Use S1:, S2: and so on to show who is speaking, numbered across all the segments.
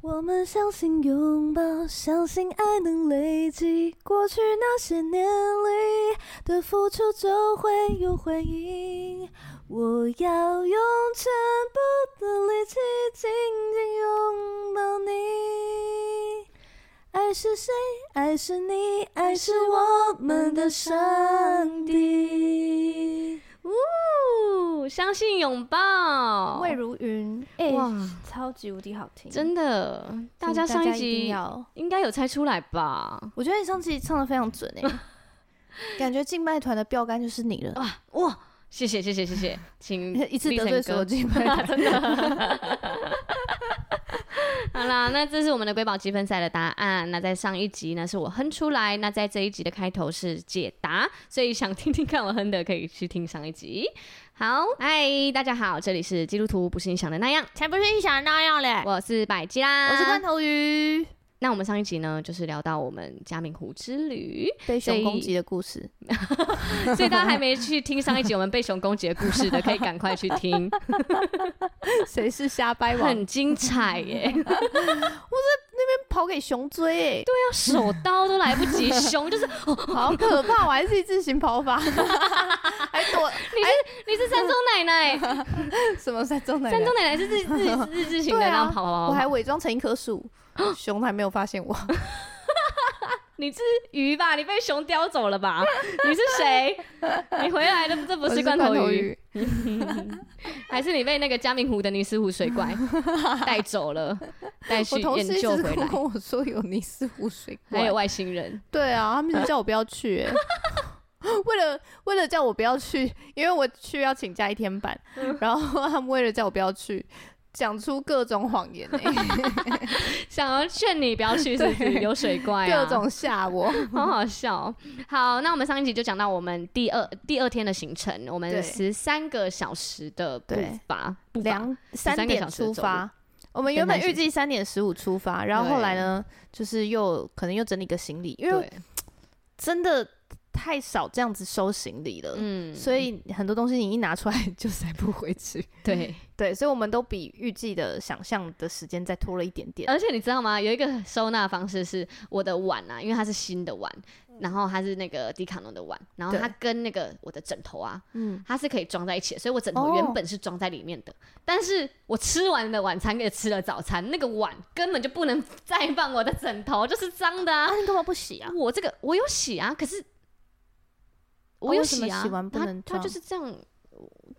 S1: 我们相信拥抱，相信爱能累积。过去那些年里的付出，就会有回应。我要用全部的力气，紧紧拥抱你。爱是谁？爱是你，爱是我们的上帝。
S2: 呜，相信拥
S1: 哦
S2: 抱，
S3: 魏如云，哎、
S2: 哇，
S3: 超级无敌好听，
S2: 真的，大
S3: 请
S2: 家上一
S3: 定
S2: 集
S3: 要。
S2: 应该有猜出来吧？
S3: 我觉得你上次唱的非常准 哎、感觉静脉团的标杆就是你了。
S2: 哇哇，谢谢谢谢谢谢，请
S3: 一次
S2: 啊立
S3: 得
S2: 成
S3: 罪所
S2: 哥
S3: 有静脉团，真的。
S2: 好啦，那这是我们的瑰宝积分赛的答案。那在上一集呢，是我哼出来；那在这一集的开头是解答，所以想听听看我哼的，可以去听上一集。好，嗨，大家好，这里是基督徒不是你想的那样，
S3: 才不是你想那样嘞！
S2: 我是百吉啦，
S3: 我是罐头鱼，
S2: 那我们上一集呢，就是聊到我们嘉明湖之旅，
S3: 被
S2: 所
S3: 熊
S2: 以
S3: 攻击的故 事。
S2: 所以大家还没去听上一集我们被熊攻击的故事的，可以赶快去听，
S3: 谁是瞎掰王？
S2: 很精彩耶！
S3: 跑给熊追哎、
S2: 对啊，手刀都来不及，熊就是
S3: 好可怕！我还是一字型跑 法，还躲
S2: 你是山中奶奶，
S3: 什么山中奶
S2: 山
S3: 奶
S2: 中？哦奶奶是日日日日型的，
S3: 对啊
S2: 然后跑跑跑
S3: 我
S2: 跑
S3: 还
S2: 跑，
S3: 伪装成一棵树，
S2: 哦
S3: 熊还没有发现我。
S2: 你是鱼吧？你被熊叼走了吧？你是谁？你回来的这不
S3: 我
S2: 是
S3: 是
S2: 罐
S3: 头
S2: 头鱼，，还是你被那个嘉明湖的尼斯湖水怪带走了，带去
S3: 我同
S2: 研
S3: 事一
S2: 究
S3: 直
S2: 回来
S3: 跟？我说有尼斯湖水怪，
S2: 还有外星人，
S3: 对啊，他们就叫我不要去、欸。 为了为了叫我不要去，因为我去要请假一天半，
S2: 嗯
S3: 然后他们为了叫我不要去，讲出各种谎言、欸，
S2: 想要劝你不 要去，是不是
S3: 对
S2: 有水怪啊？
S3: 各种吓我。
S2: 好好笑哦、好，那我们上一集就讲到我们第二第二天的行程，我们
S3: 对
S2: 十三个小时的步
S3: 对
S2: 伐，步伐
S3: 两三
S2: 13个
S3: 点
S2: 小时的
S3: 出
S2: 走
S3: 发。我们原
S2: 跟
S3: 本
S2: 男
S3: 预
S2: 生
S3: 计三点十五出发，然后后来呢，就是又可能又整理个行李，因为呃
S2: 对，
S3: 真的太少这样子收行李了，
S2: 嗯
S3: 所以很多东西你一拿出来 就塞不回去。
S2: 对，
S3: 对，所以我嗯们都比预计的想象的时间再拖了一点点。
S2: 而且你知道吗？有一个收纳方式是我的碗啊，因为它是新的碗，
S3: 嗯
S2: 然后它是那个迪卡侬的碗，然后它
S3: 对
S2: 跟那个我的枕头啊，
S3: 嗯，
S2: 它是可以装在一起的，所以我枕
S3: 哦
S2: 头原本是装在里面的，但是我吃完的晚餐也吃了早餐，那个碗根本就不能再放我的枕头，就是脏的啊
S3: 啊，。你干嘛不洗啊？
S2: 我这个我有洗啊，可是
S3: 哦
S2: 我有
S3: 为什么
S2: 洗啊，
S3: 洗完不
S2: 它
S3: 能
S2: 它
S3: 装
S2: 就是这样，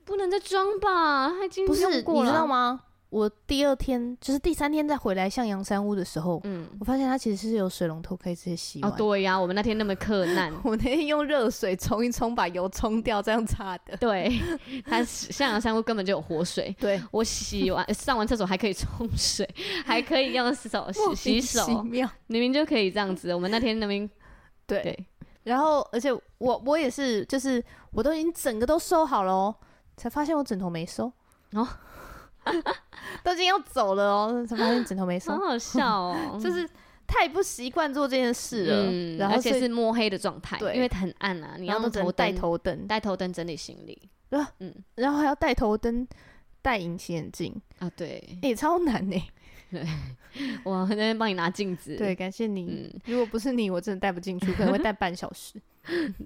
S2: 不能再装吧？它已经
S3: 不是，
S2: 用过
S3: 你知
S2: 了
S3: 道
S2: 啊？
S3: 吗？我第二天就是第三天再回来向阳山屋的时候，
S2: 嗯，
S3: 我发现它其实是有水龙头可以直接洗
S2: 哦
S3: 完。
S2: 对呀、我们那天那么困
S3: ，
S2: 难
S3: 我那天用热水冲一冲，把油冲掉，这样擦的。
S2: 对，它是向阳山屋根本就有活水。
S3: 对，
S2: 我洗完 上完厕所还可以冲水，还可以用手 洗洗手，
S3: 妙。
S2: 明明就可以这样子。我们那天那边
S3: 对，
S2: 对，
S3: 然后而且我我也是，就是我都已经整个都收好了哦，才发现我枕头没收。
S2: 哦，
S3: 都已经要走了哦，才发现枕头没
S2: 好
S3: 收，。
S2: 好笑 哦
S3: 就是太不习惯做这件事了。
S2: 嗯，
S3: 然后
S2: 而
S3: 所
S2: 且
S3: 以
S2: 是摸黑的状态，
S3: 对
S2: 因为很暗啊，你
S3: 然
S2: 要
S3: 后都
S2: 用
S3: 只能
S2: 头
S3: 带
S2: 灯
S3: 头灯，
S2: 带头灯整理行李
S3: 然后还要带头灯，戴隐形眼 镜，
S2: 啊。对，
S3: 也、超难呢、
S2: 我在那边帮你拿镜子。
S3: 对，感谢你。
S2: 嗯，
S3: 如果不是你，我真的带不进去，可能会带半小 时。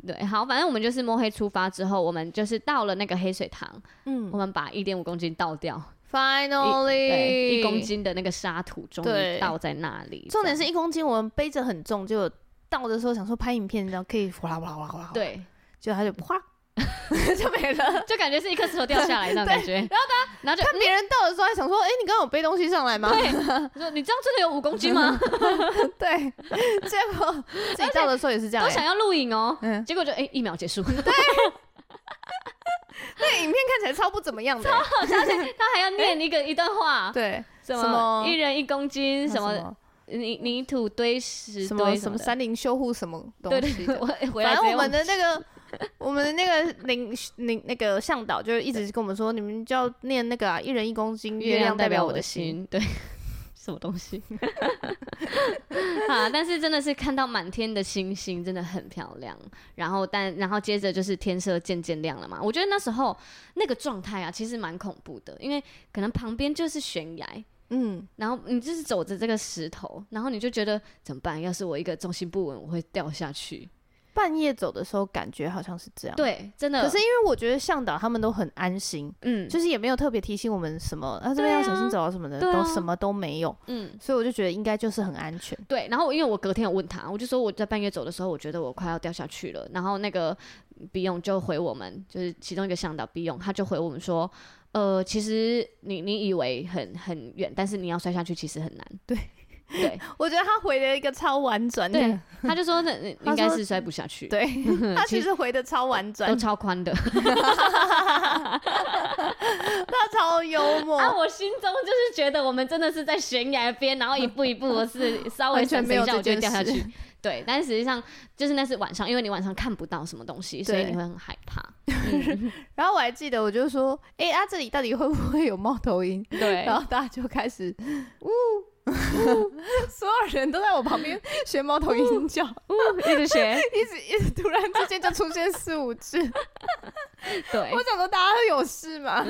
S2: 对，好，反正我们就是摸黑出发之后，我们就是到了那个黑水塘，
S3: 嗯
S2: 我们把一点五公斤倒掉，
S3: Finally，
S2: 对，一公。斤的那个沙土终于
S3: 对
S2: 倒在那里。
S3: 重点
S2: 这
S3: 是
S2: 样，
S3: 一公斤，我们背着很重，结果倒的时候想说拍影片，然后可以哗啦哗啦哗啦哗啦，，
S2: 对，
S3: 结果它就哗就没 了。
S2: 就感觉是一颗石头掉下来那种感觉。然后他，然后就嗯
S3: 看别人倒的时候还想说，哎、你刚刚有背东西上来吗？
S2: 你说你这样真的有五公斤吗？
S3: 对，结果 自己倒的时候也是这样、
S2: 都
S3: 欸
S2: 想。要录影哦，
S3: 嗯，
S2: 结果就哎一秒结束。
S3: 那影片看起来超不怎么样的欸、
S2: 他还要念一个一段话，
S3: 对，
S2: 什
S3: 什
S2: 么
S3: 么
S2: 一人一公斤，什么
S3: 啊么
S2: 泥泥土堆石
S3: 什
S2: 堆
S3: 么什么
S2: 么的。
S3: 山林修护什么东
S2: 对
S3: 西
S2: 对，
S3: 的
S2: 对，我回来
S3: 反正我们
S2: 直接忘
S3: 的那个， 我们的那个领领那个向导就是一直跟我们说，你们就要念那个、啊、一人一公斤，月亮代表我的心。，
S2: 对， 什么东西 啊？但是真的是看到满天的星星，真的很漂亮。然后但然后接着就是天色渐渐亮了嘛。我觉得那时候那个状态啊，其实蛮恐怖的，因为可能旁边就是悬崖，
S3: 嗯，
S2: 然后你就是走着这个石头，然后你就觉得怎么办？要是我一个重心不稳，我会掉下去。
S3: 半夜走的时候感觉好像是这样。，
S2: 对，真的。
S3: 哦可是因为我觉得向导他们都很安心，
S2: 嗯，
S3: 就是也没有特别提醒我们什么，啊这边
S2: 对啊
S3: 要小心走啊什么的，
S2: 对啊
S3: 都什么都没有，
S2: 嗯，
S3: 所以我就觉得应该就是很安全。
S2: 对。然后因为我隔天有问他，我就说我在半夜走的时候，我觉得我快要掉下去了。然后那个比勇就回我们，就是其中一个向导比勇，他就回我们说。呃，其实你你以为很很远，但是你要摔下去其实很难。
S3: 对
S2: 对，
S3: 我觉得他回了一个超婉转的，
S2: 对他就说那那
S3: 他
S2: 应该
S3: 说
S2: 是摔不下去，
S3: 对哦他
S2: 其
S3: 其实回的超婉
S2: 都
S3: 转，
S2: 超宽的。
S3: 他超幽默，
S2: 啊，我心中就是觉得我们真的是在悬崖边，然后一步一步，我 是稍微
S3: 完全
S2: 转
S3: 没有
S2: 身一下
S3: 这
S2: 我就
S3: 件
S2: 会掉下去
S3: 事。。
S2: 对，但实际上就是那是晚上，因为你晚上看不到什么东西，所以
S3: 对
S2: 你会很害 怕。嗯
S3: 然后我还记得，我就说，哎、啊，这里到底会不会有猫头鹰？
S2: 对
S3: 然后大家就开始，呜，所有人都在我旁边学猫头鹰 叫，
S2: 一 直学，
S3: 一直一直突然之间就出现四五 只，
S2: 哎
S3: 我
S2: 对，
S3: 想说大家都有事 吗？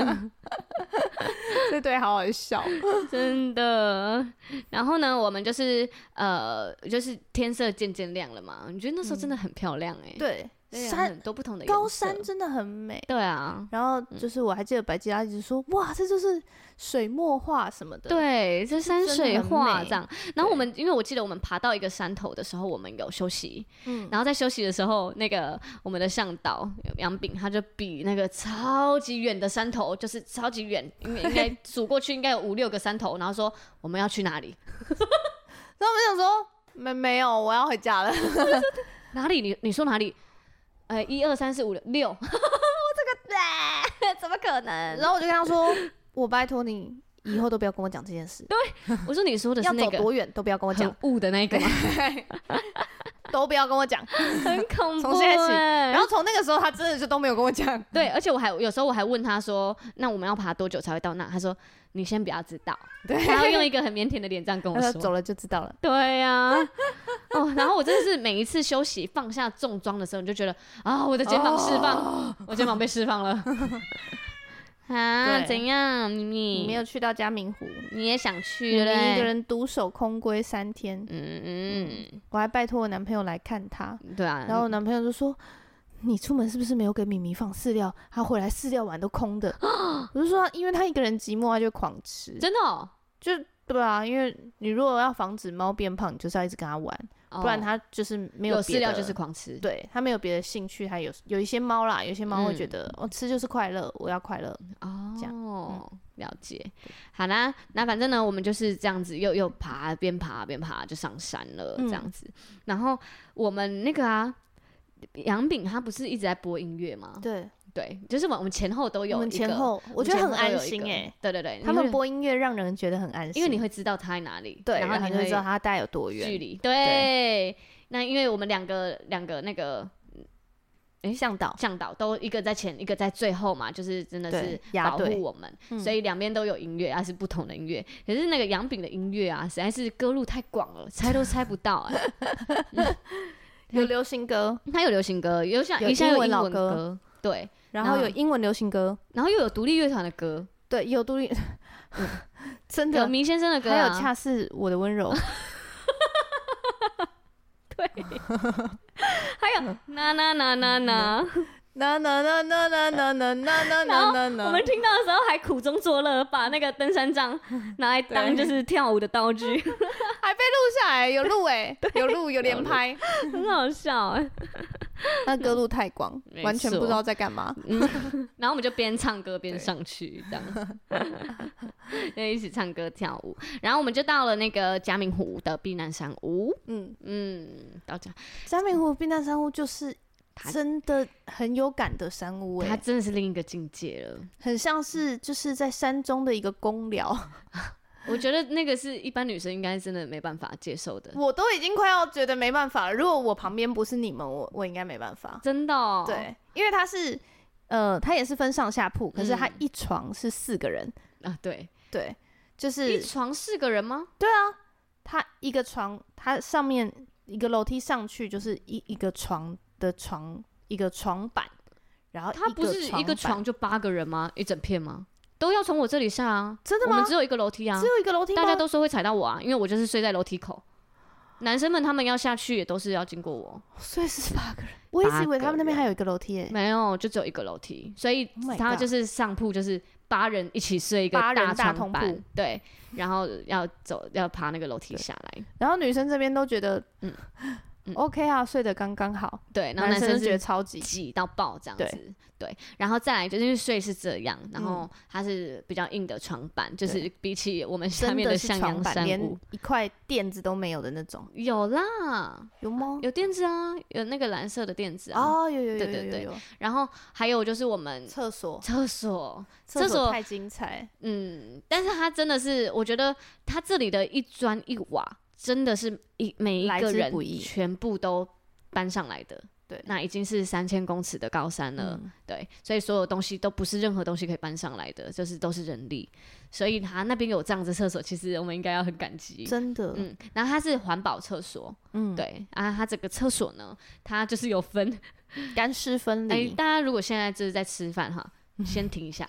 S3: 这对好好笑，
S2: 真的。然后呢，我们就是呃，就是天色渐渐亮了嘛，你觉得那时候真的很漂亮哎、
S3: 嗯对，
S2: 对啊，
S3: 山
S2: 很多不同的
S3: 高
S2: 颜色
S3: 山真的很美。
S2: 对啊。
S3: 然后就是我还记得白吉拉一直说，哇，这就是水墨画什么的，，
S2: 对，这山
S3: 真的
S2: 水
S3: 很
S2: 画
S3: 美
S2: 这样。然后我
S3: 对
S2: 们，因为我记得我们爬到一个山头的时候，我们有休息，
S3: 嗯，
S2: 然后在休息的时候，那个我们的向导杨炳他就比那个超级远的山头，就是超级远，应 该应该数过去应该有五六个山头，然后说我们要去哪里？
S3: 然后我想说，没没有，我要回家了。
S2: 哪里？你你说哪里？呃，一二三四五六， 我这个 怎么可能？
S3: 然后我就跟他说，我拜托你以后都不要跟我讲这件事，
S2: 我说你说的是
S3: 要
S2: 那
S3: 走
S2: 个
S3: 多远都不要跟我
S2: 很
S3: 讲，
S2: 雾的那个吗？
S3: 都不要跟我讲。
S2: 很恐怖、欸。
S3: 从现在起然后从那个时候，他真的就都没有跟我讲。
S2: 对，而且我还有时候我还问他说，那我们要爬多久才会到那？他说你先不要知道，
S3: 对，
S2: 他要用一个很腼腆的脸这样跟 我
S3: 他
S2: 说。
S3: 说走了就知道了。
S2: 对呀、哦，然后我真的是每一次休息放下重装的时候，你就觉得啊、我的肩膀释
S3: 哦
S2: 放，我肩膀被释放了。 啊，
S3: 对
S2: 怎样，咪
S3: 你
S2: 咪？
S3: 没有，去到嘉明湖，
S2: 你也想去
S3: 你
S2: 对不对
S3: 一个，人独守空闺三天，
S2: 嗯
S3: 我还拜托我男朋友来看他，
S2: 嗯，对啊。
S3: 然后我男朋友就说。你出门是不是没有给米米放饲料？他回来饲料碗都空的。我就说，因为他一个人寂寞，他就狂吃。
S2: 真的、哦，
S3: 就对啊，因为你如果要防止猫变胖，你就是要一直跟它玩，不然
S2: 哦
S3: 它就是没
S2: 有
S3: 别
S2: 饲
S3: 的。
S2: 料就是狂吃。
S3: 对，它没有别的兴趣。它有有一些猫啦，有一些猫会觉
S2: 嗯
S3: 得哦，吃就是快乐，我要快乐。
S2: 哦，
S3: 这样嗯
S2: 了解。好啦，那反正呢，我们就是这样子，又又爬，边爬边爬就上山了，这
S3: 嗯
S2: 样子。然后我们那个啊，杨炳他不是一直在播音乐吗？
S3: 对，
S2: 对，就是我们前后都有
S3: 我们
S2: 一
S3: 前
S2: 个，
S3: 后我
S2: 们
S3: 觉得
S2: 前
S3: 很
S2: 后都
S3: 安
S2: 有一
S3: 心
S2: 个
S3: 哎、
S2: 对对对，
S3: 他
S2: 你
S3: 们
S2: 会，
S3: 播音乐让人觉得很安心，
S2: 因为你会知道他在哪里，
S3: 对，
S2: 然
S3: 然
S2: 后
S3: 后
S2: 你
S3: 就
S2: 会
S3: 知道它大概有多
S2: 距
S3: 远。
S2: 离，对。那因为我们两个两个那个
S3: 向导，
S2: 向导都一个在前，一个在最后嘛，就是真的是
S3: 对压
S2: 保护
S3: 队
S2: 我们，
S3: 嗯
S2: 所以两边都有音乐，啊是不同的音乐。可是那个杨炳的音乐啊，实在是歌路太广了，猜都猜不到哎、
S3: 有流行歌，
S2: 他有流行歌，有像
S3: 有
S2: 一下
S3: 英
S2: 有
S3: 文
S2: 英
S3: 老
S2: 文
S3: 歌
S2: 歌，对，
S3: 然后
S2: 那
S3: 有英文流行歌，
S2: 然后又有独立乐团的歌，
S3: 对，有独立， 真
S2: 有
S3: 的，
S2: 明先生的歌、
S3: 还
S2: 啊，
S3: 有恰似我的温柔，
S2: 还有那那那那那，
S3: na na na na na na na na na
S2: 然后
S3: na na，
S2: 我们听到的时候还苦中作乐，把那个登山杖拿来当
S3: 对
S2: 就是跳舞的道具，
S3: 还被录下来，有录哎、有录有连拍，
S2: 很好笑
S3: 欸
S2: 哎、
S3: 那歌路太广
S2: 没，
S3: 完全
S2: 错
S3: 不知道在干嘛。
S2: 然后我们就边唱歌边
S3: 对
S2: 上去，这样， 就一起唱歌跳舞。然后我们就到了那个嘉明湖的避难山屋，
S3: 嗯，
S2: 嗯，到这，
S3: 嘉明湖避难山屋就是
S2: 它
S3: 真的很有感的山屋哎、
S2: 它真的是另一个境界了。
S3: 很像是就是在山中的一个公寮，
S2: 我觉得那个是一般女生应该真的没办法接受的，
S3: 我都已经快要觉得没办法了。如果我旁边不是你们，我我应该没办法。
S2: 真的、哦，
S3: 对，因为它是呃，它也是分上下铺，可是它
S2: 嗯
S3: 一床是四个人，
S2: 啊，对，
S3: 对，就
S2: 一
S3: 是
S2: 床四个人吗？
S3: 对啊，它一个床，它上面一个楼梯上去就是一一个床的床一个床板，然后
S2: 它
S3: 哦一
S2: 不是一
S3: 板
S2: 个床就八个人吗？一整片吗？都要从我这里下啊，
S3: 真的
S2: 我们
S3: 吗？
S2: 只有一个楼梯啊
S3: 只，有一个楼梯吗？
S2: 大家都说会踩到我啊，因为我就是睡在楼梯口。男生们他们要下去也都是要经过我，
S3: 所以是八个人，我一直以为他们那边还有一个楼梯诶。
S2: 没有就只有一个楼梯，所以
S3: Oh my
S2: 他
S3: god
S2: 就是上铺就是八人一起睡一个
S3: 八人大
S2: 床
S3: 通
S2: 板，
S3: 铺
S2: 对，然后要走要爬那个楼梯下来，
S3: 然后女生这边都觉得，
S2: 嗯
S3: 嗯
S2: 嗯
S3: ，OK 啊，睡得刚刚好。
S2: 对，然后
S3: 男
S2: 生
S3: 生
S2: 是
S3: 觉得超级
S2: 挤到爆这样
S3: 对
S2: 子，对，然后再来就是因为睡是这样，
S3: 嗯
S2: 然后它是比较硬的床板，就是比起我们下
S3: 真
S2: 面
S3: 的是
S2: 向
S3: 床
S2: 阳
S3: 板，
S2: 山
S3: 连
S2: 屋
S3: 一块垫子都没有的那种，
S2: 有啦，
S3: 有吗？
S2: 有垫子啊，有那个蓝色的垫子啊，
S3: 哦，有有有
S2: 对对
S3: 有有
S2: 对
S3: 有，
S2: 然后还有就是我们
S3: 厕所
S2: 厕所，厕
S3: 厕
S2: 所
S3: 所太精彩，
S2: 嗯，但是它真的是，我觉得它这里的一砖一瓦真的是一每一
S3: 来
S2: 个
S3: 之
S2: 人
S3: 不易
S2: 全部都搬上来的。
S3: 对嗯
S2: 那已经是三千公尺的高山了，对，所以所有东西都不是任何东西可以搬上来的，就是都是人力，所以他那边有这样子厕所，其实我们应该要很感激。
S3: 真的，
S2: 嗯，然后它是环保厕所，
S3: 嗯，
S2: 对啊，它这个厕所呢，它就是有分，
S3: 干湿分
S2: 哎、
S3: 离，
S2: 大家如果现在就是在吃饭哈，先停 一下，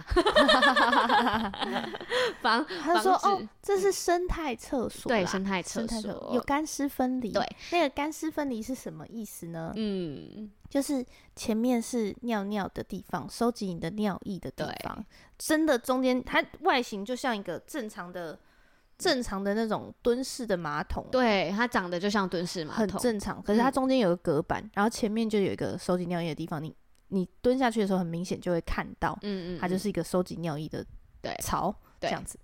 S2: 防
S3: 他说
S2: 防止嗯
S3: 哦，这是生态厕所啦，
S2: 对生态厕
S3: 生态厕
S2: 所
S3: 所有干湿分离，
S2: 对，
S3: 那个干湿分离是什么意思呢？
S2: 嗯，
S3: 就是前面是尿尿的地方，收集你的尿液的地
S2: 对
S3: 方，真的中间它外形就像一个正常的、正常的那种蹲式的马桶，，
S2: 对，它长得就像蹲式马
S3: 很
S2: 桶，嗯
S3: 正常。可是它中间有个隔板，然后前面就有一个收集尿液的地方，你你蹲下去的时候，很明显就会看到，
S2: 嗯嗯，
S3: 它就是一个收集尿液的
S2: 对
S3: 槽
S2: 对嗯
S3: 这样子。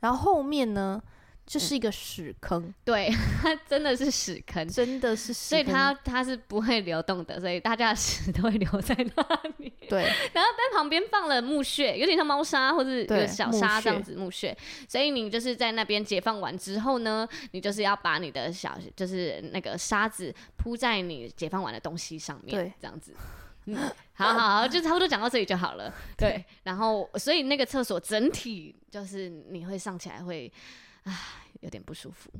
S3: 然后后面呢，就是一个屎坑，
S2: 对， 它真的是屎坑，
S3: 真的是屎
S2: 嗯所以
S3: 坑，
S2: 它它是不会流动的，所以大家的屎都会留在那里。
S3: 对
S2: 但旁边放了木屑，有点像猫砂或者
S3: 对
S2: 有小沙
S3: 木屑
S2: 这样子木屑，所以你就是在那边解放完之后呢，你就是要把你的小就是那个沙子铺在你解放完的东西上面，
S3: 对，
S2: 这样子。嗯，好好好，就差不多讲到这里就好了。对，然后所以那个厕所整体就是你会上起来会，唉，有点不舒服。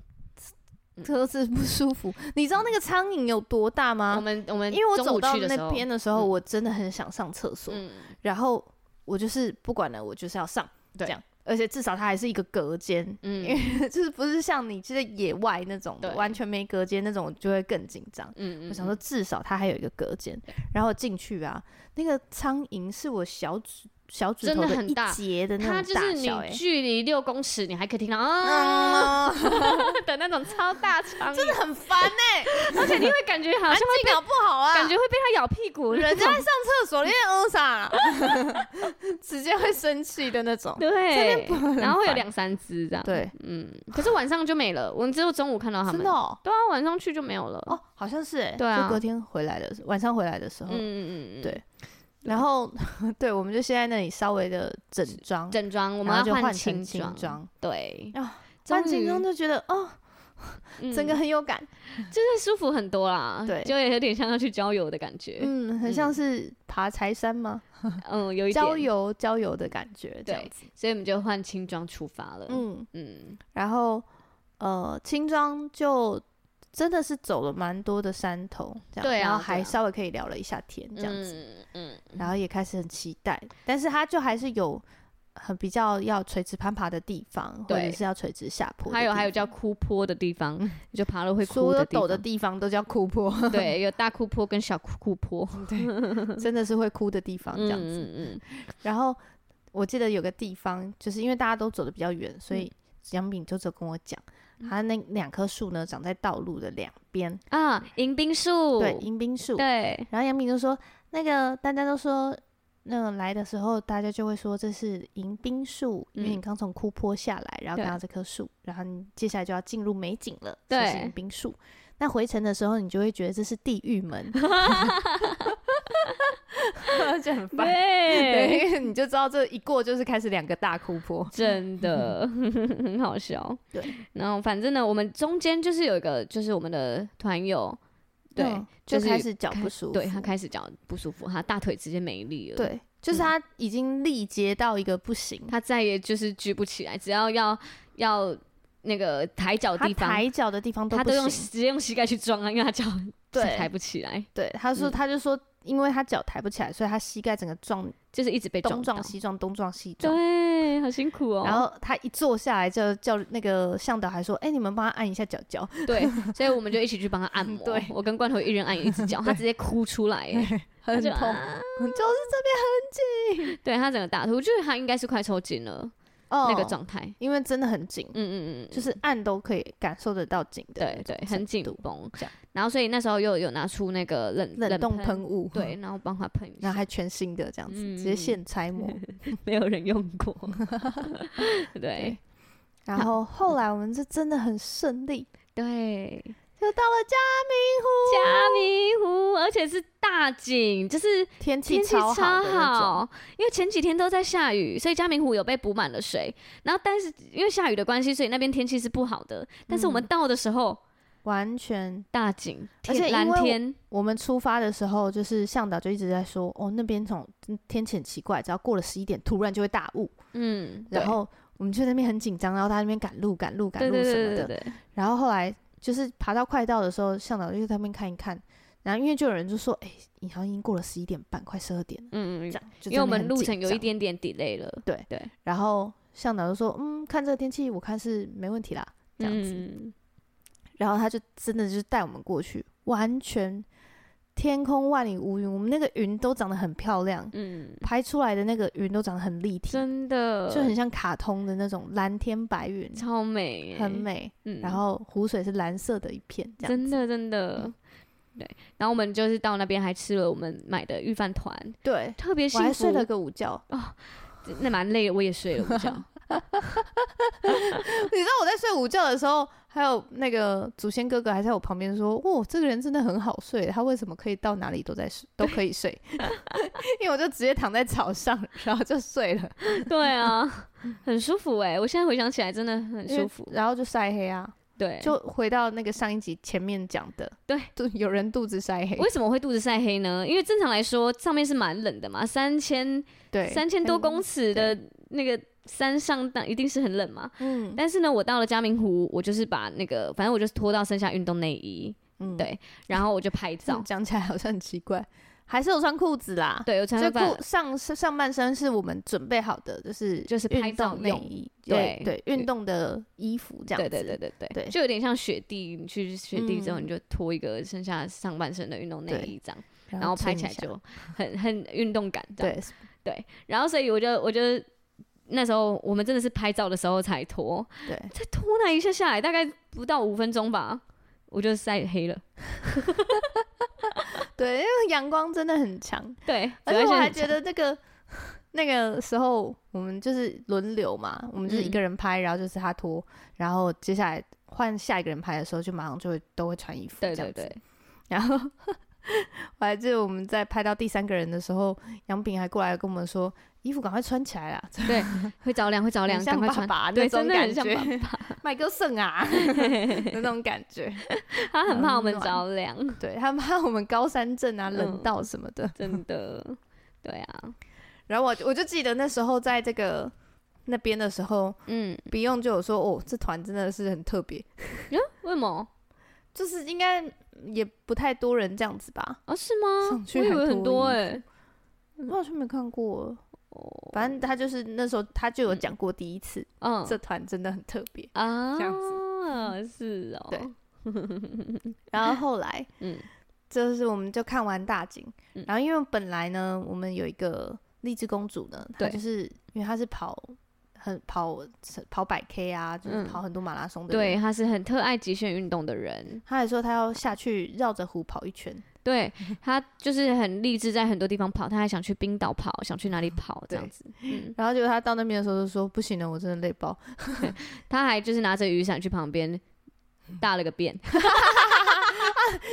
S3: 车子不舒服。你知道那个苍蝇有多大吗
S2: 我？们我们
S3: 啊因为我
S2: 中
S3: 走
S2: 午
S3: 到
S2: 去的时
S3: 那
S2: 候，
S3: 边的时候，
S2: 嗯
S3: 我真的很想上厕所，
S2: 嗯，
S3: 然后我就是不管了，我就是要上，
S2: 对
S3: 这样，而且至少它还是一个隔间， 因
S2: 嗯
S3: 为就是不是像你就是野外那种的
S2: 对
S3: 完全没隔间那种，我就会更紧张。
S2: 嗯，
S3: 我想说，至少它还有一个隔间，然后进去啊，那个苍蝇是我小指小指
S2: 真
S3: 头
S2: 的
S3: 的
S2: 很
S3: 一
S2: 大
S3: 节的
S2: 它
S3: 那种
S2: 就是
S3: 大小、欸，
S2: 你距离六公尺，你还可以听到啊
S3: 啊，
S2: 的那种超大 苍
S3: 真
S2: 蝇
S3: 的，很烦哎、
S2: 而且你会感觉好
S3: 安
S2: 像会
S3: 静好不好啊？
S2: 感觉会被它咬屁股，
S3: 人家在上厕所，你 也嗯啥， 直接会生气的那种。
S2: 对，然后会有
S3: 烦
S2: 两三只这样，
S3: 对，
S2: 嗯，可是晚上就没了，我们只有中午看到它
S3: 真
S2: 们
S3: 的，哦，
S2: 对啊，晚上去就没有了，
S3: 哦，好像是哎，
S2: 对啊
S3: 就隔天回来的时晚上回来的时候
S2: 嗯，嗯嗯嗯，
S3: 对然后对，我们就先在那里稍微的整装，
S2: 整装我们
S3: 然后就
S2: 要换
S3: 换成轻
S2: 装，
S3: 装
S2: 对，
S3: 啊，
S2: 终于
S3: 换轻装就觉得哦，
S2: 嗯
S3: 整个很有感，
S2: 就是舒服很多啦，
S3: 对
S2: 就有点像要去郊游的感觉，
S3: 嗯，很像是爬柴山吗？
S2: 嗯，有一点
S3: 郊，游郊游的感觉，这样
S2: 对
S3: 子，
S2: 所以我们就换轻装出发了，嗯
S3: 嗯，
S2: 嗯，
S3: 然后呃，轻装就真的是走了蛮多的山头，这样，
S2: 对啊
S3: 然后
S2: 对啊
S3: 还稍微可以聊了一下天这样子，
S2: 子，嗯，
S3: 然后也开始很期待，但是他就还是有很比较要垂直攀爬的地方，或
S2: 对
S3: 者是要垂直下坡的地方，
S2: 还有还有叫哭坡的地方，你就爬了会哭
S3: 所有
S2: 的地
S3: 陡
S2: 方
S3: 的。地方都叫哭 坡，
S2: 对，有大哭坡跟小哭哭坡，
S3: 真的是会哭的地方这样子。
S2: 嗯嗯
S3: 然后我记得有个地方，就是因为大家都走的比较远，所
S2: 嗯
S3: 以杨炳就只有跟我讲，他那两棵树呢长在道路的两边，
S2: 嗯啊，迎宾树，
S3: 对，迎宾树，
S2: 对
S3: 然后杨敏就说：“那个大家都说，那个来的时候，大家就会说这是迎宾树，因为
S2: 嗯
S3: 你刚从枯坡下来，然后
S2: 对
S3: 看到这棵树，然后你接下来就要进入美景了，
S2: 对
S3: 这是迎宾树。那回程的时候，你就会觉得这是地狱门，就很烦。
S2: 对，
S3: 对，你就知道这一过就是开始两个大枯坡，
S2: 真的 很好笑。
S3: 对，
S2: 然后反正呢，我们中间就是有一个，就是我们的团友，对，
S3: 嗯
S2: 就
S3: 就是开始脚不舒服，
S2: 对他开始脚不舒服，他大腿直接没力了，，
S3: 对，嗯就是他已经力竭到一个不行，
S2: 他再也就是举不起来，只要要要那个抬脚的
S3: 他
S2: 地方，
S3: 抬脚的地方都
S2: 他
S3: 不
S2: 都用
S3: 行，
S2: 直接用膝盖去撞啊，因为他脚
S3: 对
S2: 抬不起来。
S3: 对，他说
S2: 嗯
S3: 他就说，因为他脚抬不起来，所以他膝盖整个撞
S2: 就是一直被
S3: 东
S2: 撞
S3: 撞
S2: 到
S3: 西撞，东撞西撞。
S2: 对，好辛苦哦。
S3: 然后他一坐下来就叫那个向导还说：“哎、你们帮他按一下脚 脚。
S2: 对，所以我们就一起去帮他按摩。
S3: 嗯对
S2: 我跟罐头一人按一 只脚，他直接哭出来耶，
S3: 很
S2: 就
S3: 痛
S2: 啊
S3: 就是
S2: 对他整个大吐，我觉得他应该是快抽筋了、
S3: 哦
S2: 那个，状态。
S3: 因为真的很紧，
S2: 嗯嗯嗯，
S3: 就是按都可以感受得到紧的那种
S2: 对
S3: 程度，
S2: 对，很紧绷
S3: 这样。
S2: 然后所以那时候又有拿出那个冷
S3: 冷冻喷
S2: 喷，
S3: 雾，
S2: 对，，然后帮他 喷一
S3: 然后
S2: 下，
S3: 还全新的这样子，
S2: 嗯
S3: 直接现 拆模。
S2: 没有人用 过。对
S3: 然 后后来我们就真的很顺利，
S2: 对，
S3: 就到了嘉明
S2: 加迷糊，而且是大景，就是
S3: 湖，天气
S2: 天气超
S3: 好的那种，
S2: 好，因为前几天都在下雨，所以嘉明湖有被补满了水。然后，但是因为下雨的关系，所以那边天气是不好的。但是我们到的时候，
S3: 完全。
S2: 大景，
S3: 而且
S2: 天蓝
S3: 因为我
S2: 天，
S3: 我们出发的时候，就是向导就一直在说，哦，那边从天气很奇怪，只要过了十一点，突然就会大雾。
S2: 嗯，对
S3: 然后我们就在那边很紧张，然后他在那边赶路、赶路、赶
S2: 对
S3: 路
S2: 对
S3: 什
S2: 对
S3: 么
S2: 对对
S3: 的。
S2: 对，
S3: 然后后来就是爬到快到的时候，向导就在那边看一看，然后因为就有人就说，哎、你好像已经过了十一点半，快十二点了，
S2: 嗯，嗯
S3: 这样。就
S2: 因为我
S3: 真的
S2: 们
S3: 很
S2: 路
S3: 紧
S2: 程有一
S3: 张，
S2: 点点 delay 了，
S3: 对
S2: 对，
S3: 然后向导就说，嗯，看这个天气，我看是没问题啦，这样子。
S2: 嗯
S3: 然后他就真的就是带我们过去，完全天空万里无云，我们那个云都长得很漂亮，
S2: 嗯，
S3: 拍出来的那个云都长得很立体，
S2: 真的
S3: 就很像卡通的那种蓝天白云，
S2: 超美耶，
S3: 很美。
S2: 嗯，
S3: 然后湖水是蓝色的一片，这样
S2: 真的真的
S3: 嗯。
S2: 对，然后我们就是到那边还吃了我们买的御饭团，
S3: 对。
S2: 特别
S3: 我
S2: 幸
S3: 还
S2: 福
S3: 睡。了个午觉，
S2: 那蛮累的，我也睡了午觉。
S3: 你知道我在睡午觉的时候，还有那个祖先哥哥还在我旁边说：“哦，这个人真的很好睡，他为什么可以到哪里都在 睡，都可以睡？” 因为我就直接躺在草上，然后就睡了，
S2: 对啊，很舒服哎、我现在回想起来真的很
S3: 因为
S2: 舒服。
S3: 然后就晒黑啊，
S2: 对，
S3: 就回到那个上一集前面讲的，
S2: 对，
S3: 肚有人肚子晒黑，
S2: 为什么会肚子晒黑呢？因为正常来说上面是蛮冷的嘛，三千
S3: 对，
S2: 三千多公尺
S3: 对
S2: 的那个山上，当一定是很冷嘛。
S3: 嗯，嗯
S2: 但是呢，我到了嘉明湖，我就是把那个，反正我就是脱到剩下运动内衣，
S3: 嗯
S2: 对然后我就拍
S3: 这样
S2: 照。
S3: 讲起来好像很奇怪，还是有穿裤子啦，，
S2: 对，我穿
S3: 这
S2: 了半
S3: 裤上上半身是我们准备好的，就是
S2: 就是拍
S3: 运
S2: 照
S3: 动内
S2: 用
S3: 衣，
S2: 对
S3: 对，运动的衣服这样
S2: 对
S3: 子，
S2: 对对对对，
S3: 对
S2: 就有点像雪地，你去雪地之后，
S3: 嗯
S2: 你就脱一个剩下上半身的运动内
S3: 对
S2: 衣这样，
S3: 然
S2: 然后拍
S3: 蹭
S2: 起来
S3: 一下
S2: 就很很运动感这样。
S3: 对，
S2: 然后所以我就我就那时候我们真的是拍照的时候才脱，
S3: 对
S2: 才脱那一下下来，大概不到五分钟吧，我就晒黑了。
S3: 对，因为阳光真的很强，
S2: 对，
S3: 而且我还
S2: 紫外线
S3: 觉得这个 那个时候我们就是轮流嘛，我们就是一
S2: 嗯
S3: 个人拍，然后就是他脱，然后接下来换下一个人拍的时候，就马上就会都会穿衣服，
S2: 很强对对
S3: 这样子
S2: 对，
S3: 然后我还记得我们在拍到第三个人的时候，杨炳还过来跟我们说，衣服赶快穿起来啦，
S2: 会着凉会着凉，
S3: 很像
S2: 哦赶快
S3: 爸
S2: 穿。
S3: 爸
S2: 对，
S3: 那
S2: 真
S3: 种
S2: 的
S3: 感
S2: 很像
S3: 觉，
S2: 爸 爸，
S3: 麦克圣 啊那种感觉，
S2: 他很怕我们
S3: 很
S2: 着凉，
S3: 对他怕我们 高山症啊、冷
S2: 嗯
S3: 到什么的。
S2: 真的。对啊，
S3: 然后我我就记得那时候在这个那边的时候
S2: 嗯，
S3: ，Beyond 就有说，哦，这团真的是很特别，
S2: 为什么？
S3: 就是应该也不太多人这样子吧，
S2: 啊，是吗
S3: 上？去
S2: 我以
S3: 还
S2: 为
S3: 脱
S2: 很多
S3: 衣
S2: 哎，
S3: 我好像没看过。
S2: 哦
S3: 反正他就是那时候他就有讲过第一次，
S2: 嗯
S3: 这团真的很特别。
S2: 啊，
S3: 这样
S2: 子是哦，
S3: 对然后后来
S2: 嗯
S3: 就是我们就看完大景，
S2: 嗯
S3: 然后因为本来呢，我们有一个荔枝公主呢，她
S2: 对
S3: 就是因为她是跑很跑跑百 K 啊，就是
S2: 嗯
S3: 跑很多马拉松的人，
S2: 对，他是很特爱极限运动的人，
S3: 她还说她要下去绕着湖跑一圈，
S2: 对他就是很励志，在很多地方跑，他还想去冰岛跑，想去哪里跑这样
S3: 对
S2: 子。嗯，
S3: 然后结果她到那边的时候就说不行了，我真的累爆，
S2: 他还就是拿着雨伞去旁边大了个便，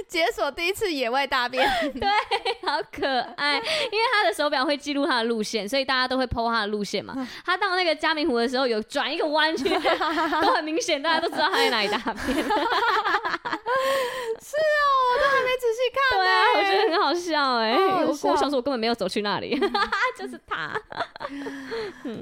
S3: 解锁第一次野外大便，
S2: 好可爱。因为他的手表会记录他的路线，所以大家都会 PO 他的路线
S3: 嗯
S2: 嘛。他到那个嘉明湖的时候，有转一个弯去， 都很明显，大家都知道他在哪里大
S3: 哦
S2: 便。
S3: 没仔细看
S2: 对
S3: 呢、
S2: 啊，我觉得很好笑哎、
S3: 好好
S2: 我我
S3: 笑嗯
S2: 想说，我根本没有走去那里，就是他。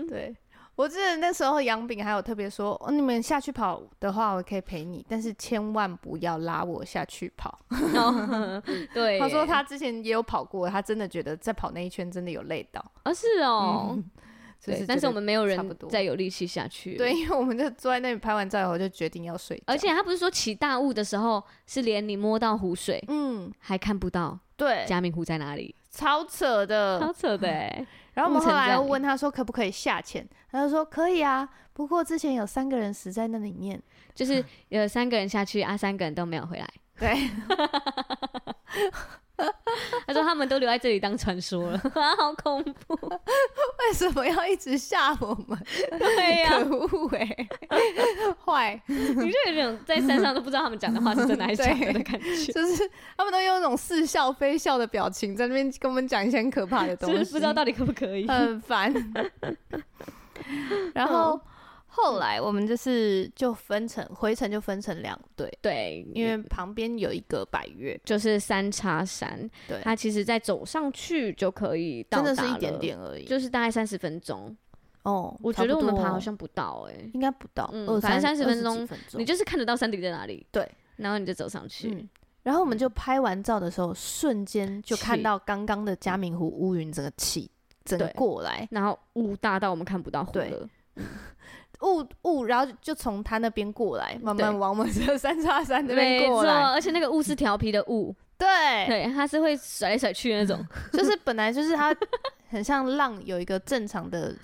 S3: 对。我记得那时候杨炳还有特别说、哦，你们下去跑的话，我可以陪你，但是千万不要拉我下去跑。
S2: 哦对耶，
S3: 他说他之前也有跑过，他真的觉得在跑那一圈真的有累到。
S2: 啊是哦，
S3: 嗯 就
S2: 对
S3: 觉，
S2: 但是
S3: 得
S2: 我们没有
S3: 差不
S2: 人
S3: 多
S2: 再有力气下去了。
S3: 对，因为我们就坐在那里拍完照以后就决定要睡觉，
S2: 而且他不是说起大雾的时候，是连你摸到湖水
S3: 嗯，
S2: 还看不到
S3: 对，
S2: 嘉明湖在哪里，
S3: 超扯
S2: 超
S3: 的。
S2: 扯的哎！
S3: 然后我们
S2: 雾城
S3: 后来
S2: 在
S3: 又
S2: 哪
S3: 问他说可不可以下潜，他就说可以啊，不过之前有三个人死在那里面。
S2: 就是有三个人下去，啊，三个人都没有回来。
S3: 对，
S2: 他说他们都留在这里当传说了， 啊，好恐 怖！
S3: 为什么要一直吓我们？
S2: 对呀、
S3: 可恶哎、 坏，
S2: 你就有种在山上都不知道他们讲的话是真的还是假 的的感觉，
S3: 就是他们都用那种似笑非笑的表情在那边跟我们讲一些很可怕的东
S2: 就是
S3: 西，
S2: 不知道到底可不可以。
S3: 很烦。 然后后来我们就是就分成回程就分成两队，
S2: 对，
S3: 因为旁边有一个百越，
S2: 就是三叉山，
S3: 对，
S2: 它其实再走上去就可以到
S3: 真
S2: 达
S3: 的是一
S2: 了
S3: 点，点而已。
S2: 就是大概三十分钟。
S3: 哦，
S2: 我
S3: 差
S2: 觉得
S3: 不
S2: 我们
S3: 多
S2: 爬好像不到哎、
S3: 应该不到，
S2: 嗯
S3: 二
S2: 反正
S3: 三
S2: 30分钟
S3: 二十几分
S2: 你就是看得到山顶在哪里，
S3: 对，
S2: 然后你就走上去。
S3: 嗯。然后我们就拍完照的时候，瞬间就看
S2: 起
S3: 到刚刚的嘉明湖乌云整个起，整个
S2: 嗯对
S3: 过来，
S2: 然后雾大到我们看不到湖
S3: 对
S2: 了，
S3: 雾雾，然后就从他那边过来，慢慢
S2: 对
S3: 往我们这三 叉山那
S2: 没
S3: 边
S2: 错，
S3: 过来。哎
S2: 而且那个雾是调皮的 雾，
S3: 对，
S2: 对，它是会甩来甩去的那种，
S3: 就是本来就是它很像浪，有一个正常的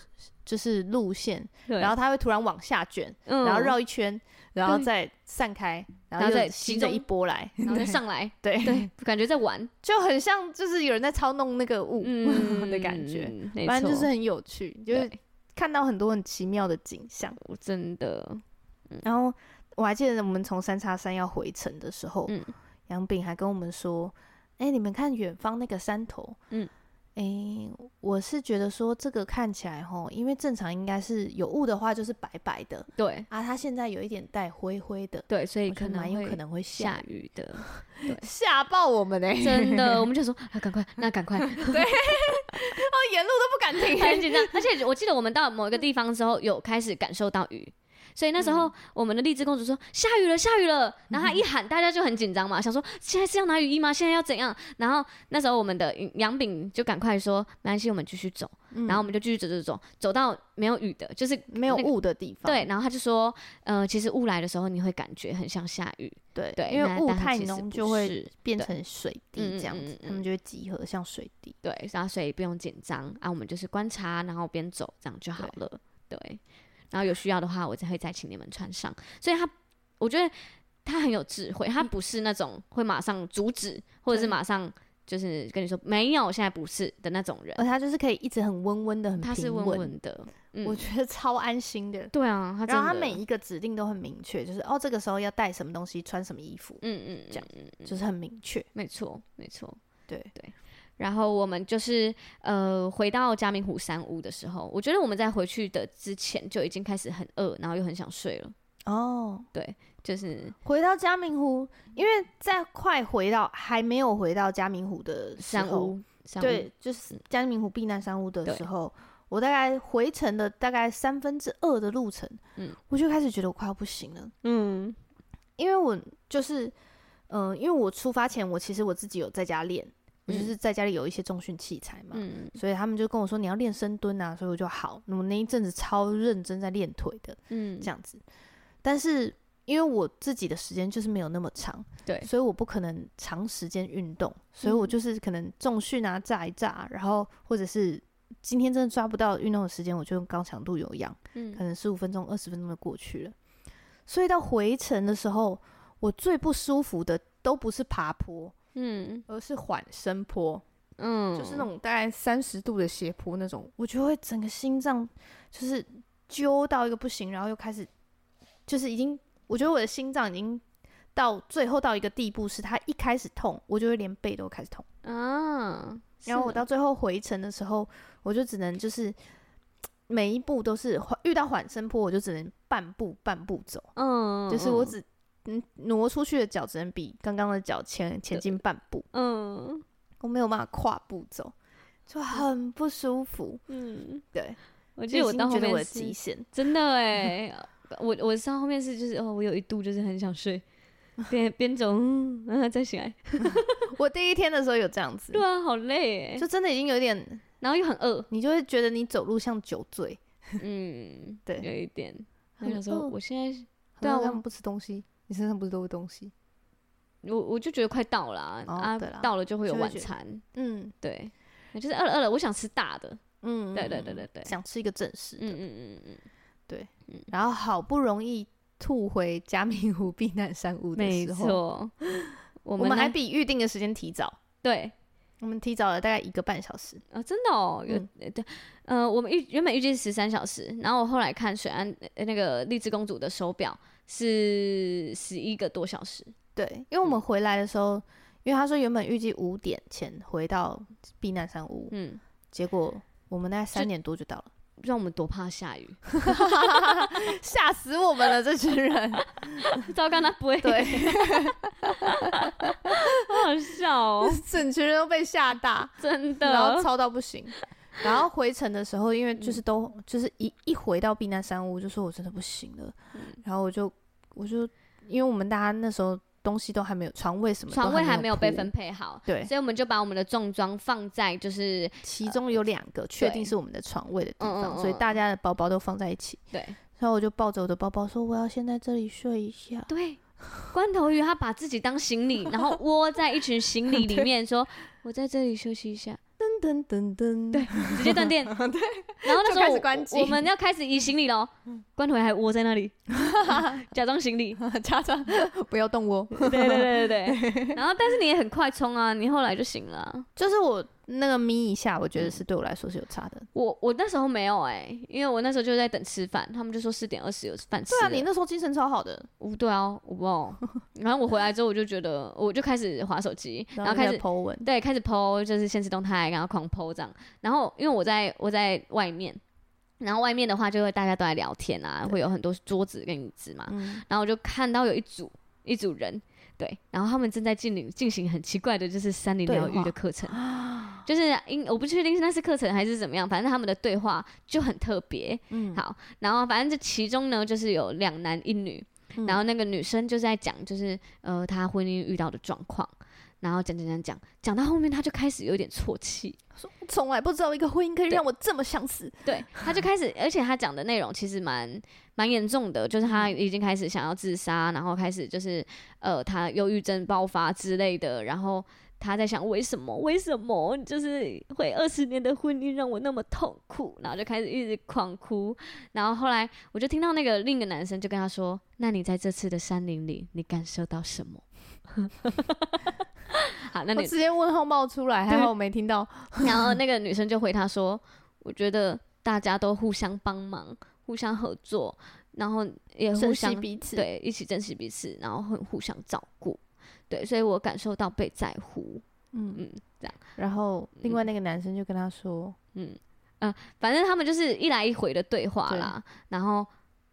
S3: 就是路线，
S2: 对，
S3: 然后它会突然往下卷，
S2: 嗯
S3: 然后绕一圈，然后
S2: 对
S3: 再散开，然
S2: 然
S3: 后
S2: 后
S3: 再
S2: 再
S3: 新
S2: 集
S3: 的
S2: 中
S3: 一波来，
S2: 然后就上来，
S3: 对，
S2: 对，感觉在玩，
S3: 就很像就是有人在操弄那个雾
S2: 嗯
S3: 的感觉，，
S2: 没
S3: 反正
S2: 错，
S3: 就是很有趣，就是
S2: 对
S3: 看到很多很奇妙的景象。
S2: 我真的，嗯
S3: 然后我还记得我们从三叉山要回程的时候，
S2: 嗯
S3: 杨炳还跟我们说：“哎、你们看远方那个山头，
S2: 嗯，
S3: 哎、我是觉得说这个看起来吼，因为正常应该是有雾的话就是白白的
S2: 对
S3: 啊，它现在有一点带灰灰的，
S2: 对，所以
S3: 我觉
S2: 可
S3: 得
S2: 能
S3: 蛮有
S2: 会
S3: 可能会
S2: 下
S3: 下
S2: 雨 的，
S3: 吓爆我们哎、欸，
S2: 真的，我们就说啊，赶快，那赶快，
S3: 哦，沿路都不敢停、
S2: 很紧张。而且我记得我们到某一个地方之后，有开始感受到雨，所以那时
S3: 嗯
S2: 候我们的荔枝公主说下雨了，下雨了。然后她一喊，大家就很紧张
S3: 嗯
S2: 嘛，想说现在是要拿雨衣吗？现在要怎样？然后那时候我们的杨炳就赶快说没关系，我们继续走。然后我们就继续走走走，走到没有雨的，就是
S3: 嗯没有
S2: 那个
S3: 雾的地方，
S2: 对。然后他就说，呃，其实雾来的时候，你会感觉很像下雨，
S3: 对
S2: 对，
S3: 因
S2: 那
S3: 为雾
S2: 但它
S3: 太
S2: 其实
S3: 浓
S2: 不
S3: 就会
S2: 是
S3: 变
S2: 对
S3: 成水
S2: 嗯
S3: 滴
S2: 嗯
S3: 这样
S2: 嗯
S3: 子，
S2: 嗯
S3: 它们就会集合像水滴。
S2: 对，然后所以不用紧张啊，我们就是观察，然后边走这样就好了，对。然后有需要的话，我再会再请你们穿上。所以他，我觉得他很有智慧，他不是那种会马上阻止，或者
S3: 嗯
S2: 是
S3: 对
S2: 马上就是跟你说没有，现在不是的那种人
S3: 而，它就是可以一直很温温的，很
S2: 他是
S3: 呃平
S2: 稳稳的。
S3: 我
S2: 嗯，
S3: 觉得超安心的。
S2: 对啊，他真
S3: 然
S2: 的
S3: 后他每一个指定都很明确，就是哦，这个时候要带什么东西，穿什么衣服，
S2: 嗯嗯
S3: 这样就是很明确。
S2: 没错，没错。
S3: 对
S2: 对。然后我们就是呃，回到嘉明湖山屋的时候，我觉得我们在回去的之前就已经开始很饿，然后又很想睡了。
S3: 哦，
S2: 就是
S3: 回到嘉明湖，因为在快回到还没有回到嘉明湖的时
S2: 山
S3: 候，
S2: 屋，山屋嗯
S3: 对，就是嘉明湖避难山屋的时候，我大概回程的大概三分之二的路程，
S2: 嗯
S3: 我就开始觉得我快要不行了，
S2: 嗯，
S3: 因为我就是，嗯、因为我出发前，我其实我自己有在家练，我就
S2: 嗯
S3: 是在家里有一些重训器材嘛，
S2: 嗯
S3: 所以他们就跟我说你要练深蹲啊，所以我就好。那我那一阵子超认真在练腿的
S2: 嗯
S3: 这，样子，但是因为我自己的时间就是没有那么长，
S2: 对
S3: 所以我不可能长时间运动，所以我
S2: 嗯
S3: 就是可能重训啊炸一炸，然后或者是今天真的抓不到运动的时间，我就用高强度有氧，可
S2: 嗯
S3: 能十五分钟、二十分钟就过去了。所以到回程的时候，我最不舒服的都不是爬坡，
S2: 嗯
S3: 而是缓升坡。
S2: 嗯，
S3: 就是那种大概三十度的斜坡那种，我就会整个心脏就是揪到一个不行，然后又开始就是已经，我觉得我的心脏已经到最后到一个地步，是它一开始痛，我就会连背都开始痛。
S2: 啊，
S3: 然后我
S2: 是
S3: 到最后回程的时候，我就只能就是每一步都是遇到缓升坡，我就只能半步半步走，
S2: 嗯，
S3: 就是我
S2: 嗯
S3: 只嗯挪出去的脚只能比刚刚的脚前前进半步。
S2: 嗯
S3: 我没有办法跨步走，就很不舒服。
S2: 嗯，
S3: 对，
S2: 我记得我到后
S3: 觉得
S2: 面
S3: 嗯我的
S2: 是
S3: 极 限，
S2: 真的哎、我我是到后面是就是哦，我有一度就是很想睡，边边走，嗯，嗯再醒来，
S3: 我第一天的时候有这样子
S2: 对，啊，好累哎、
S3: 就真的已经有点，
S2: 然后又很饿，
S3: 你就会觉得你走路像酒醉，
S2: 嗯，
S3: 对
S2: 有一点。我
S3: 很
S2: 想说，
S3: 饿
S2: 我现在
S3: 对
S2: 对啊
S3: 啊，他
S2: 我
S3: 们不吃东西，你身上不是都有东西？
S2: 我我就觉得快到了啊，
S3: 哦
S2: 啊
S3: 对啦
S2: 到了就会有
S3: 就会
S2: 晚
S3: 觉得
S2: 餐，
S3: 嗯
S2: 对，就是饿了饿了，我想吃大的，
S3: 嗯，
S2: 对对对对对，
S3: 想吃一个正式的，
S2: 嗯嗯嗯嗯，
S3: 然后好不容易吐回嘉明湖避难山屋的
S2: 没
S3: 时候，
S2: 错，
S3: 我
S2: 我们
S3: 们还
S2: 那
S3: 比预定的时间提早，
S2: 对
S3: 我们提早了大概一个半小时。
S2: 啊，真的哦，有、对，呃，我们预原本预计是十三小时，然后我后来看水安、呃那个荔枝公主的手表是十一个多小时，
S3: 对，因为我
S2: 嗯
S3: 们回来的时候，因为他说原本预计五点前回到避难山屋，
S2: 嗯，
S3: 结果我们大概三点多就到了，
S2: 让我们多怕下雨，
S3: 吓死我们了这群人。
S2: 糟糕，那不 会，
S3: 对，
S2: 好好笑 哦，
S3: 整群人都被吓大，
S2: 真
S3: 然后
S2: 的，哦
S3: 超到不行。然后回程的时候，因为
S2: 嗯
S3: 就是都、就是一一回到避难山屋，就说我真的不行了，
S2: 嗯
S3: 然后我就我就因为我们大家那时候东西都还没有床位什么，
S2: 床位还
S3: 还
S2: 没有被分，配好，
S3: 对
S2: 所以我们就把我们的重装放在就是
S3: 其中有两个确
S2: 对
S3: 定是我们的床位的地
S2: 嗯嗯
S3: 方，
S2: 嗯
S3: 所以大家的包包都放在一起。
S2: 对
S3: 然后我就抱着我的包包说：“我要先在这里睡一下。
S2: 对。关头鱼他把自己当行李，然后窝在一群行 李里面，说：“我在这里休息一下。”
S3: 噔噔噔噔，对，
S2: 直接断电。对，然后那时
S3: 就开
S2: 候
S3: 始
S2: 我
S3: 关机
S2: 我们要开始移行李喽，关头还窝在 那里，假装行李。
S3: 家长不要动我。
S2: 对对对对对。然后，但是你也很快冲啊，你后来就醒了啊。
S3: 就是我那个眯一下，我觉
S2: 嗯
S3: 得是对我来说是有差的。
S2: 我我那时候没有哎、因为我那时候就在等吃饭，他们就说四点二十有饭吃
S3: 对啊，
S2: 了。
S3: 你那时候精神超好的，
S2: 我对啊，我不知道。然后我回来之后，我就觉得我就开始划手机，然后开始
S3: 剖文，
S2: 对，开始 PO 就是现实动态，然后狂 PO 这样。然后因为我在我在外面，然后外面的话就会大家都来聊天啊，
S3: 对
S2: 会有很多桌子跟椅子嘛。
S3: 嗯，
S2: 然后我就看到有一组一组人，对，然后他们正在进行进行很奇怪的就是山林
S3: 对
S2: 疗愈
S3: 话
S2: 的课程， 就是因我不确定是那是课程还是怎么样，反正他们的对话就很特别。
S3: 嗯
S2: 好，然后反正这其中呢就是有两男一女，
S3: 嗯
S2: 然后那个女生就在讲，就是呃，她婚姻遇到的状况，然后讲讲讲讲，讲到后面她就开始有点啜泣，
S3: 说从来不知道一个婚姻可以
S2: 对
S3: 让我这么想死。
S2: 对，她就开 始，而且她讲的内容其实蛮蛮严重的，就是她已经开始想要自杀，然后开始就是呃，她忧郁症爆发之类的，然后她在想为什么为什么就是会二十年的婚姻让我那么痛苦，然后就开始一直狂哭，然后后来我就听到那个另一个男生就跟她说，那你在这次的山林里，你感受到什么？ 好，那
S3: 我
S2: 你
S3: 直接问号冒出来，还好我没听到。
S2: 然后那个女生就回他说：“我觉得大家都互相帮忙，互相合作，然后也互
S3: 珍
S2: 相
S3: 惜彼此，，
S2: 对一起珍惜彼此，然后很互相照顾。对，所以我感受到被在乎。
S3: 嗯，
S2: 嗯，这样，
S3: 然后另外那个男生就跟他说，
S2: 嗯，呃，反正他们就是一来一回的对话啦。然后，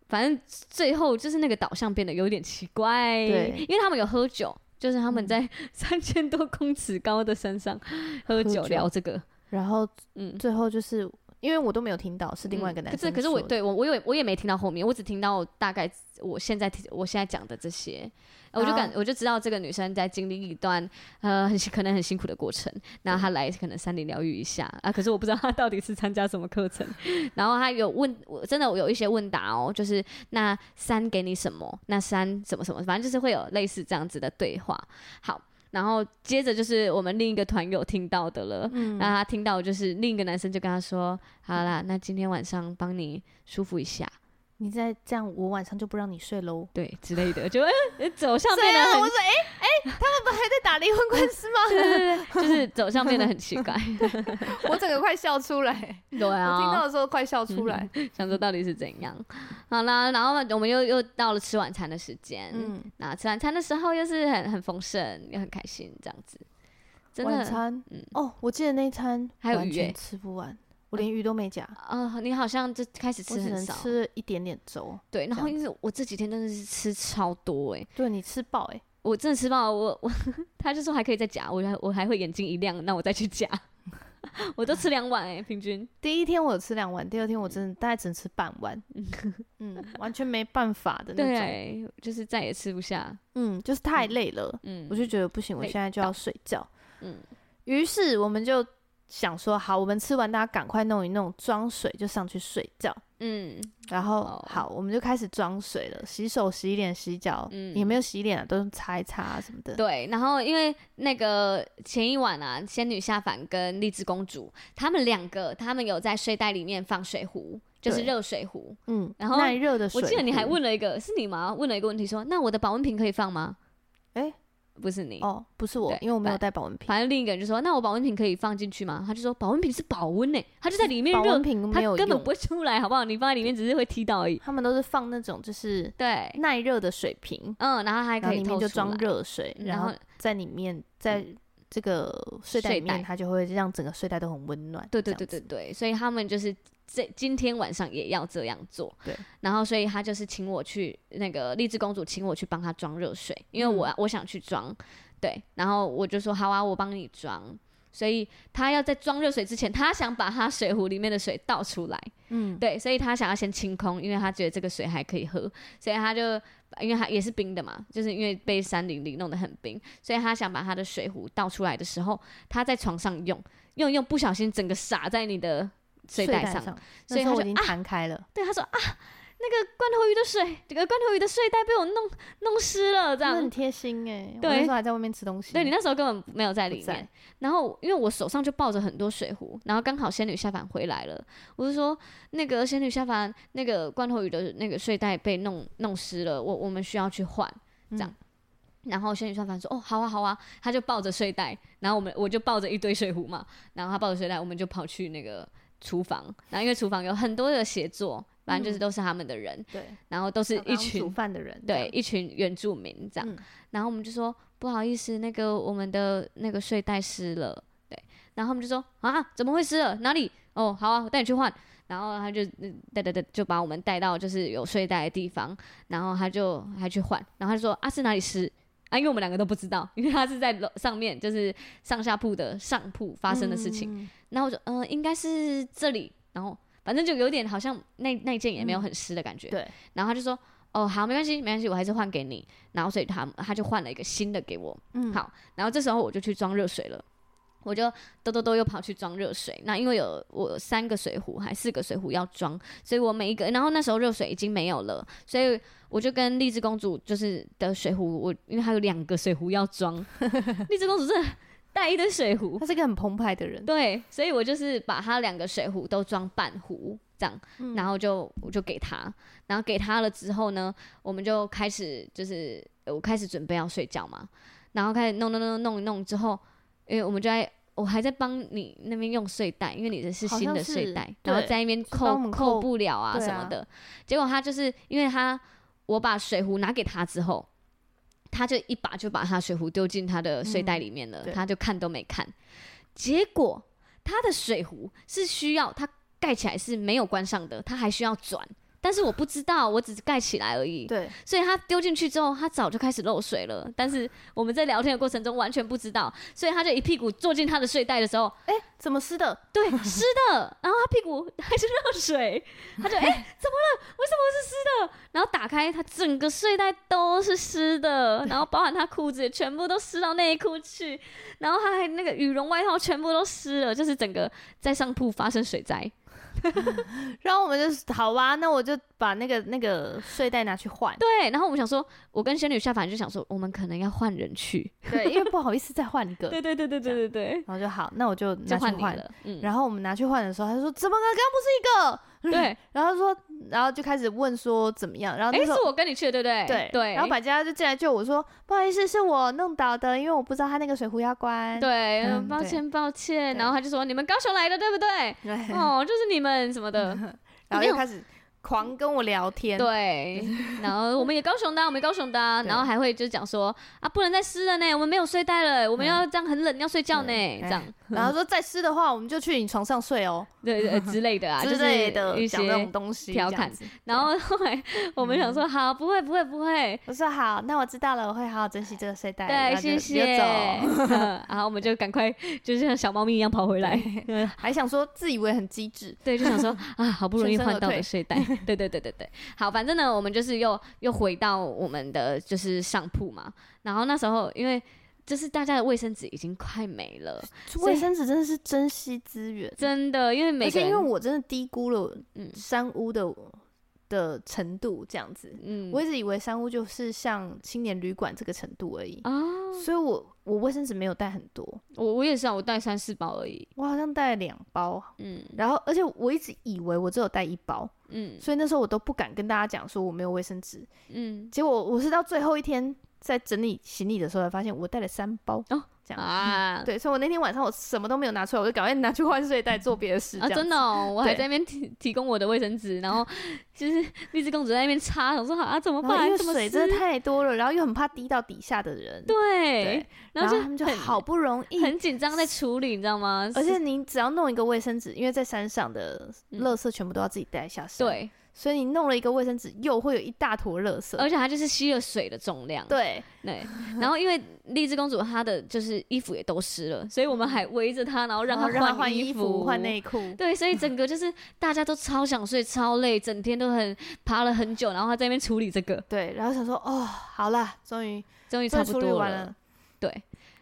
S2: 反正最后就是那个导向变得有点奇怪，
S3: 对
S2: 因为他们有喝酒。”就是他们
S3: 嗯
S2: 在三千多公尺高的山上喝
S3: 喝
S2: 酒
S3: 酒
S2: 聊这个，
S3: 然后
S2: 嗯，
S3: 最后就是因为我都没有听到，是另外一个
S2: 嗯
S3: 男
S2: 可
S3: 生说
S2: 是
S3: 的。
S2: 可是我对我我也我也没听到后面，我只听到大概我现在听我现在讲的这些，呃我就感
S3: 然
S2: 我就知道这个女生在经历一段呃很辛可能很辛苦的过程，然后她来可能山林疗愈一下啊，可是我不知道她到底是参加什么课程， 然后她有问我真的我有一些问答哦，就是那山给你什么，那山什么什么，反正就是会有类似这样子的对话。好，然后接着就是我们另一个团友听到的了，
S3: 嗯
S2: 那他听到就是另一个男生就跟他说：“好啦，那今天晚上帮你舒服一下，
S3: 你再这样，我晚上就不让你睡喽。
S2: 对之类的。”就、 呃走向
S3: 对
S2: 变
S3: 啊，
S2: 得
S3: 我
S2: 很
S3: 说，哎哎，他们不还在打离婚官司 吗？
S2: 就是走向变得很奇 怪。
S3: 我整个快笑出来，
S2: 对
S3: 我
S2: 啊，
S3: 听到的时候快笑出来。
S2: 想说到底是怎样。好啦，然后我们又又到了吃晚餐的时间。嗯，
S3: 嗯，
S2: 那吃晚餐的时候又是很很丰盛，又很开心这样子，真
S3: 晚
S2: 的。
S3: 餐
S2: 嗯
S3: 哦，我记得那一餐
S2: 还有
S3: 完
S2: 鱼
S3: 全
S2: 欸
S3: 吃不完，我连鱼都没夹，
S2: 哦、你好像就开始
S3: 我
S2: 吃
S3: 只
S2: 很
S3: 能
S2: 少，
S3: 吃一点点粥。
S2: 对，然
S3: 这
S2: 后
S3: 样
S2: 因为我这几天真的是吃超多哎、
S3: 对你吃饱哎，
S2: 我真的吃饱了，我我他就说还可以再夹，我还我还会眼睛一亮，那我再去夹。 我都吃两碗哎、平均。
S3: 第一天我有吃两碗，第二天
S2: 嗯
S3: 我真的大概只能吃半碗， 嗯，完全没办法的那种，
S2: 对，就是再也吃不下。
S3: 嗯，就是太累了，
S2: 嗯，
S3: 我就觉得不行，我
S2: 累
S3: 现在就
S2: 到
S3: 要睡觉。
S2: 嗯
S3: 于是我们就想说，好，我们吃完大家赶快弄一弄，装水就上去睡觉。
S2: 嗯
S3: 然后、
S2: 哦
S3: 好，我们就开始装水了，洗手、洗脸、洗脚，
S2: 嗯
S3: 也没有洗脸啊，都是擦一擦、啊、什么的。
S2: 对，然后因为那个前一晚啊，仙女下凡跟荔枝公主，她们两个，她们有在睡袋里面放水壶，就是
S3: 对
S2: 热水壶。
S3: 嗯，
S2: 然后
S3: 耐热的水
S2: 我
S3: 壶，
S2: 记得你还问了一个，是你吗？问了一个问题说，那我的保温瓶可以放吗？
S3: 诶
S2: 不是你，
S3: 哦，不是我
S2: 对，
S3: 因为我没有
S2: 反
S3: 带保温瓶，
S2: 反正另一个人就说，那我保温瓶可以放进去吗？他就说保温瓶是保温呢、他就在里面
S3: 保
S2: 热
S3: 温，瓶
S2: 他
S3: 没有
S2: 根本
S3: 用
S2: 不，会出来，好不好？你放在里面只是会踢到而已。
S3: 他们都是放那种就是
S2: 对，
S3: 耐热的水瓶，
S2: 嗯，然后哎还
S3: 然后
S2: 可以
S3: 里面
S2: 透
S3: 就
S2: 出来
S3: 装热水，
S2: 嗯
S3: 然
S2: 然
S3: 后
S2: 后嗯
S3: 在里面在这个睡袋
S2: 睡
S3: 里面，
S2: 袋
S3: 它就会让整个睡袋都很温暖。
S2: 对对
S3: 这
S2: 对
S3: 样
S2: 对
S3: 子，
S2: 对，所以他们就是这今天晚上也要这样做。
S3: 对，
S2: 然后所以他就是请我去那个荔枝公主请我去帮她装热水，因为我、我想去装，对，然后我就说好啊，我帮你装。所以他要在装热水之前，他想把他水壶里面的水倒出来，
S3: 嗯，
S2: 对，所以他想要先清空，因为他觉得这个水还可以喝，所以他就因为他也是冰的嘛，就是因为被三零零弄得很冰，所以他想把他的水壶倒出来的时候，他在床上用用一用，不小心整个洒在你的睡袋上，
S3: 上，
S2: 所
S3: 那
S2: 以
S3: 时
S2: 他
S3: 候我
S2: 就啊
S3: 已经弹开了。
S2: 对，他说啊，那个罐头鱼的水，这个罐头鱼的睡袋被我弄弄湿了，这
S3: 真的
S2: 样
S3: 很。贴心哎、我
S2: 对
S3: 那时候还在外面吃东西。
S2: 对你那时候根本没有在里
S3: 不
S2: 面
S3: 在，
S2: 然后因为我手上就抱着很多水壶，然后刚好仙女下凡回来了，我就说那个仙女下凡那个罐头鱼的那个睡袋被弄弄湿了，我我们需要去换这样。然后仙女下凡说：“哦，好啊，好啊。”他就抱着睡袋，然后我们我就抱着一堆水壶嘛，然后他抱着睡袋，我们就跑去那个厨房。然后因为厨房有很多的协作，反正就是都是他们的人，
S3: 对，
S2: 然后都是
S3: 帮
S2: 一
S3: 忙煮
S2: 群
S3: 饭的人，
S2: 对，一群原住民这样。
S3: 嗯
S2: 然后我们就说不好意思，那个我们的那个睡袋湿了，对。然后他们就说啊，怎么会湿了？哪里？哦，好啊，我带你去换。然后他就嗯带带带，就把我们带到就是有睡袋的地方，然后他就还去换，然后他就说啊是哪里湿啊？因为我们两个都不知道，因为他是在楼上面，就是上下铺的上铺发生的事情。
S3: 嗯
S2: 然后我就嗯、呃应该是这里，然后反正就有点好像那那件也没有
S3: 嗯
S2: 很湿的感觉，
S3: 对，
S2: 然后他就说：“哦，好，没关系，没关系，我还是换给你。”然后所以他他就换了一个新的给我。
S3: 嗯
S2: 好然后这时候我就去装热水了，我就兜兜兜又跑去装热水。那因为有我有三个水壶还四个水壶要装，所以我每一个，然后那时候热水已经没有了，所以我就跟荔枝公主就是的水壶，我因为还有两个水壶要 装，荔枝公主真的带一堆水壶
S3: 他，是一个很澎湃的人，
S2: 对，所以我就是把他两个水壶都装半壶这样，
S3: 嗯
S2: 然后就我就给他，然后给他了之后呢，我们就开始就是呃我开始准备要睡觉嘛，然后开始弄弄弄弄一弄之后，因为我们就在。我还在帮你那边用睡袋，因为你的是
S3: 好
S2: 新
S3: 像
S2: 的睡
S3: 是
S2: 袋，然后
S3: 对
S2: 在那边
S3: 就帮
S2: 扣
S3: 我们
S2: 扣
S3: 扣
S2: 布了啊
S3: 对
S2: 什么
S3: 啊
S2: 的。结果他就是因为他我把水壶拿给他之后，他就一把就把他水壶丢进他的睡袋里面了，
S3: 嗯对
S2: 他就看都没看。结果他的水壶是需要他盖起来是没有关上的，他还需要转。但是我不知道，我只是盖起来而已。
S3: 对，
S2: 所以他丢进去之后，他早就开始漏水了。但是我们在聊天的过程中完全不知道，所以他就一屁股坐进他的睡袋的时候，
S3: 哎、怎么湿的？
S2: 对，湿的，然后他屁股还是热水，他 就哎、怎么了？为什么是湿的？然后打开，他整个睡袋都是湿的，然后包含他裤子也全部都湿到内裤去，然后他还那个羽绒外套全部都湿了，就是整个在上铺发生水灾。
S3: 然后我们就是好吧，那我就把那个那个睡袋拿去换，
S2: 对，然后我们想说，我跟仙女下凡就想说，我们可能要换人去。
S3: 对，因为不好意思再换 一个，
S2: 对对对对对对对，
S3: 然后就好，那我就
S2: 就
S3: 拿去
S2: 换你
S3: 换。
S2: 了。嗯，
S3: 然后我们拿去换的时候，他就说怎么了？刚刚不是一个？
S2: 对，
S3: 然后他说，然后就开始问说怎么样？然后
S2: 哎、
S3: 那时候
S2: 是我跟你去的，对不对？
S3: 对
S2: 对，
S3: 然后百家就进来救我说，不好意思，是我弄倒的，因为我不知道他那个水壶要关。
S2: 对，
S3: 嗯
S2: 抱
S3: 对
S2: 歉抱歉。
S3: 对
S2: 然后他就说，你们高雄来的，对不对？
S3: 对，
S2: 哦，就是你们什么的，
S3: 然后
S2: 没有
S3: 又开始狂跟我聊天。
S2: 对。然后我们也高雄的啊、我们也高雄的啊、
S3: 对
S2: 然后还会就讲说啊，不能再湿了呢，我们没有睡袋了，我们要这样很冷，要睡觉呢，
S3: 嗯对哎
S2: 这样。
S3: 然后说再湿的话，我们就去你床上睡哦
S2: 对对之类的啊，
S3: 之类的
S2: 就是一，
S3: 讲那
S2: 些
S3: 种东西，
S2: 调
S3: 这样
S2: 侃
S3: 子。
S2: 然后后来我们想
S3: 嗯
S2: 说，好，不会，不会，不会，
S3: 我说好，那我知道了，我会好好珍惜这个睡袋。然
S2: 对，
S3: 后哎就
S2: 谢谢。
S3: 就走。
S2: 嗯然后我们就赶快，就像小猫咪一样跑回来，嗯
S3: 还想说自以为很机智，
S2: 对，就想说啊，好不容易
S3: 全身而
S2: 换到
S3: 退
S2: 的睡袋， 对对对对对，好，反正呢，我们就是又又回到我们的就是上铺嘛，然后那时候因为就是大家的卫生纸已经快没了，所以
S3: 卫生纸真的是珍惜资源，
S2: 真的，因为每
S3: 而
S2: 个
S3: 且因为
S2: 人，
S3: 我真的低估了
S2: 嗯
S3: 山屋的的程度，这样子，
S2: 嗯
S3: 我一直以为山屋就是像青年旅馆这个程度而已，
S2: 啊，
S3: 所以我我卫生纸没有带很多，
S2: 我我也是啊，我带三四包而已，
S3: 我好像带了两包，
S2: 嗯
S3: 然后而且我一直以为我只有带一包，
S2: 嗯
S3: 所以那时候我都不敢跟大家讲说我没有卫生纸，
S2: 嗯，
S3: 结果我是到最后一天在整理行李的时候才发现我带了三包，这样
S2: 啊，
S3: 对，所以我那天晚上我什么都没有拿出来，我就赶快拿去换睡袋做别的事，
S2: 啊，
S3: 这样
S2: 真
S3: 子
S2: 的、哦，我还
S3: 对
S2: 在那边提提供我的卫生纸，然后就是荔枝公主在那边擦，我说啊怎么
S3: 然后
S2: 办？
S3: 哦因为
S2: 这么
S3: 水
S2: 湿
S3: 真的太多了，然后又很怕滴到底下的人，
S2: 对
S3: 对，，
S2: 然
S3: 然
S2: 后
S3: 后
S2: 就
S3: 他们就
S2: 很
S3: 好不容易，
S2: 很紧张在处理，你知道吗？
S3: 而
S2: 是
S3: 且你只要弄一个卫生纸，因为在山上的
S2: 嗯
S3: 垃圾全部都要自己带下山，，
S2: 对，
S3: 所以你弄了一个卫生纸，又会有一大坨垃圾，
S2: 而且它就是吸了水的重量，
S3: 对，
S2: 对。然后因为荔枝公主她的就是衣服也都湿了，所以我们还围着她，然后让
S3: 然后哦让
S2: 她
S3: 他换
S2: 衣
S3: 服、换内裤，
S2: 对，所以整个就是大家都超想睡、超累，整天都很爬了很久，然后她在那边处理这个，
S3: 对，然后想说哦，好啦，终于
S2: 终于
S3: 终
S2: 差
S3: 于
S2: 不
S3: 处理
S2: 多
S3: 完
S2: 了
S3: 了，
S2: 对，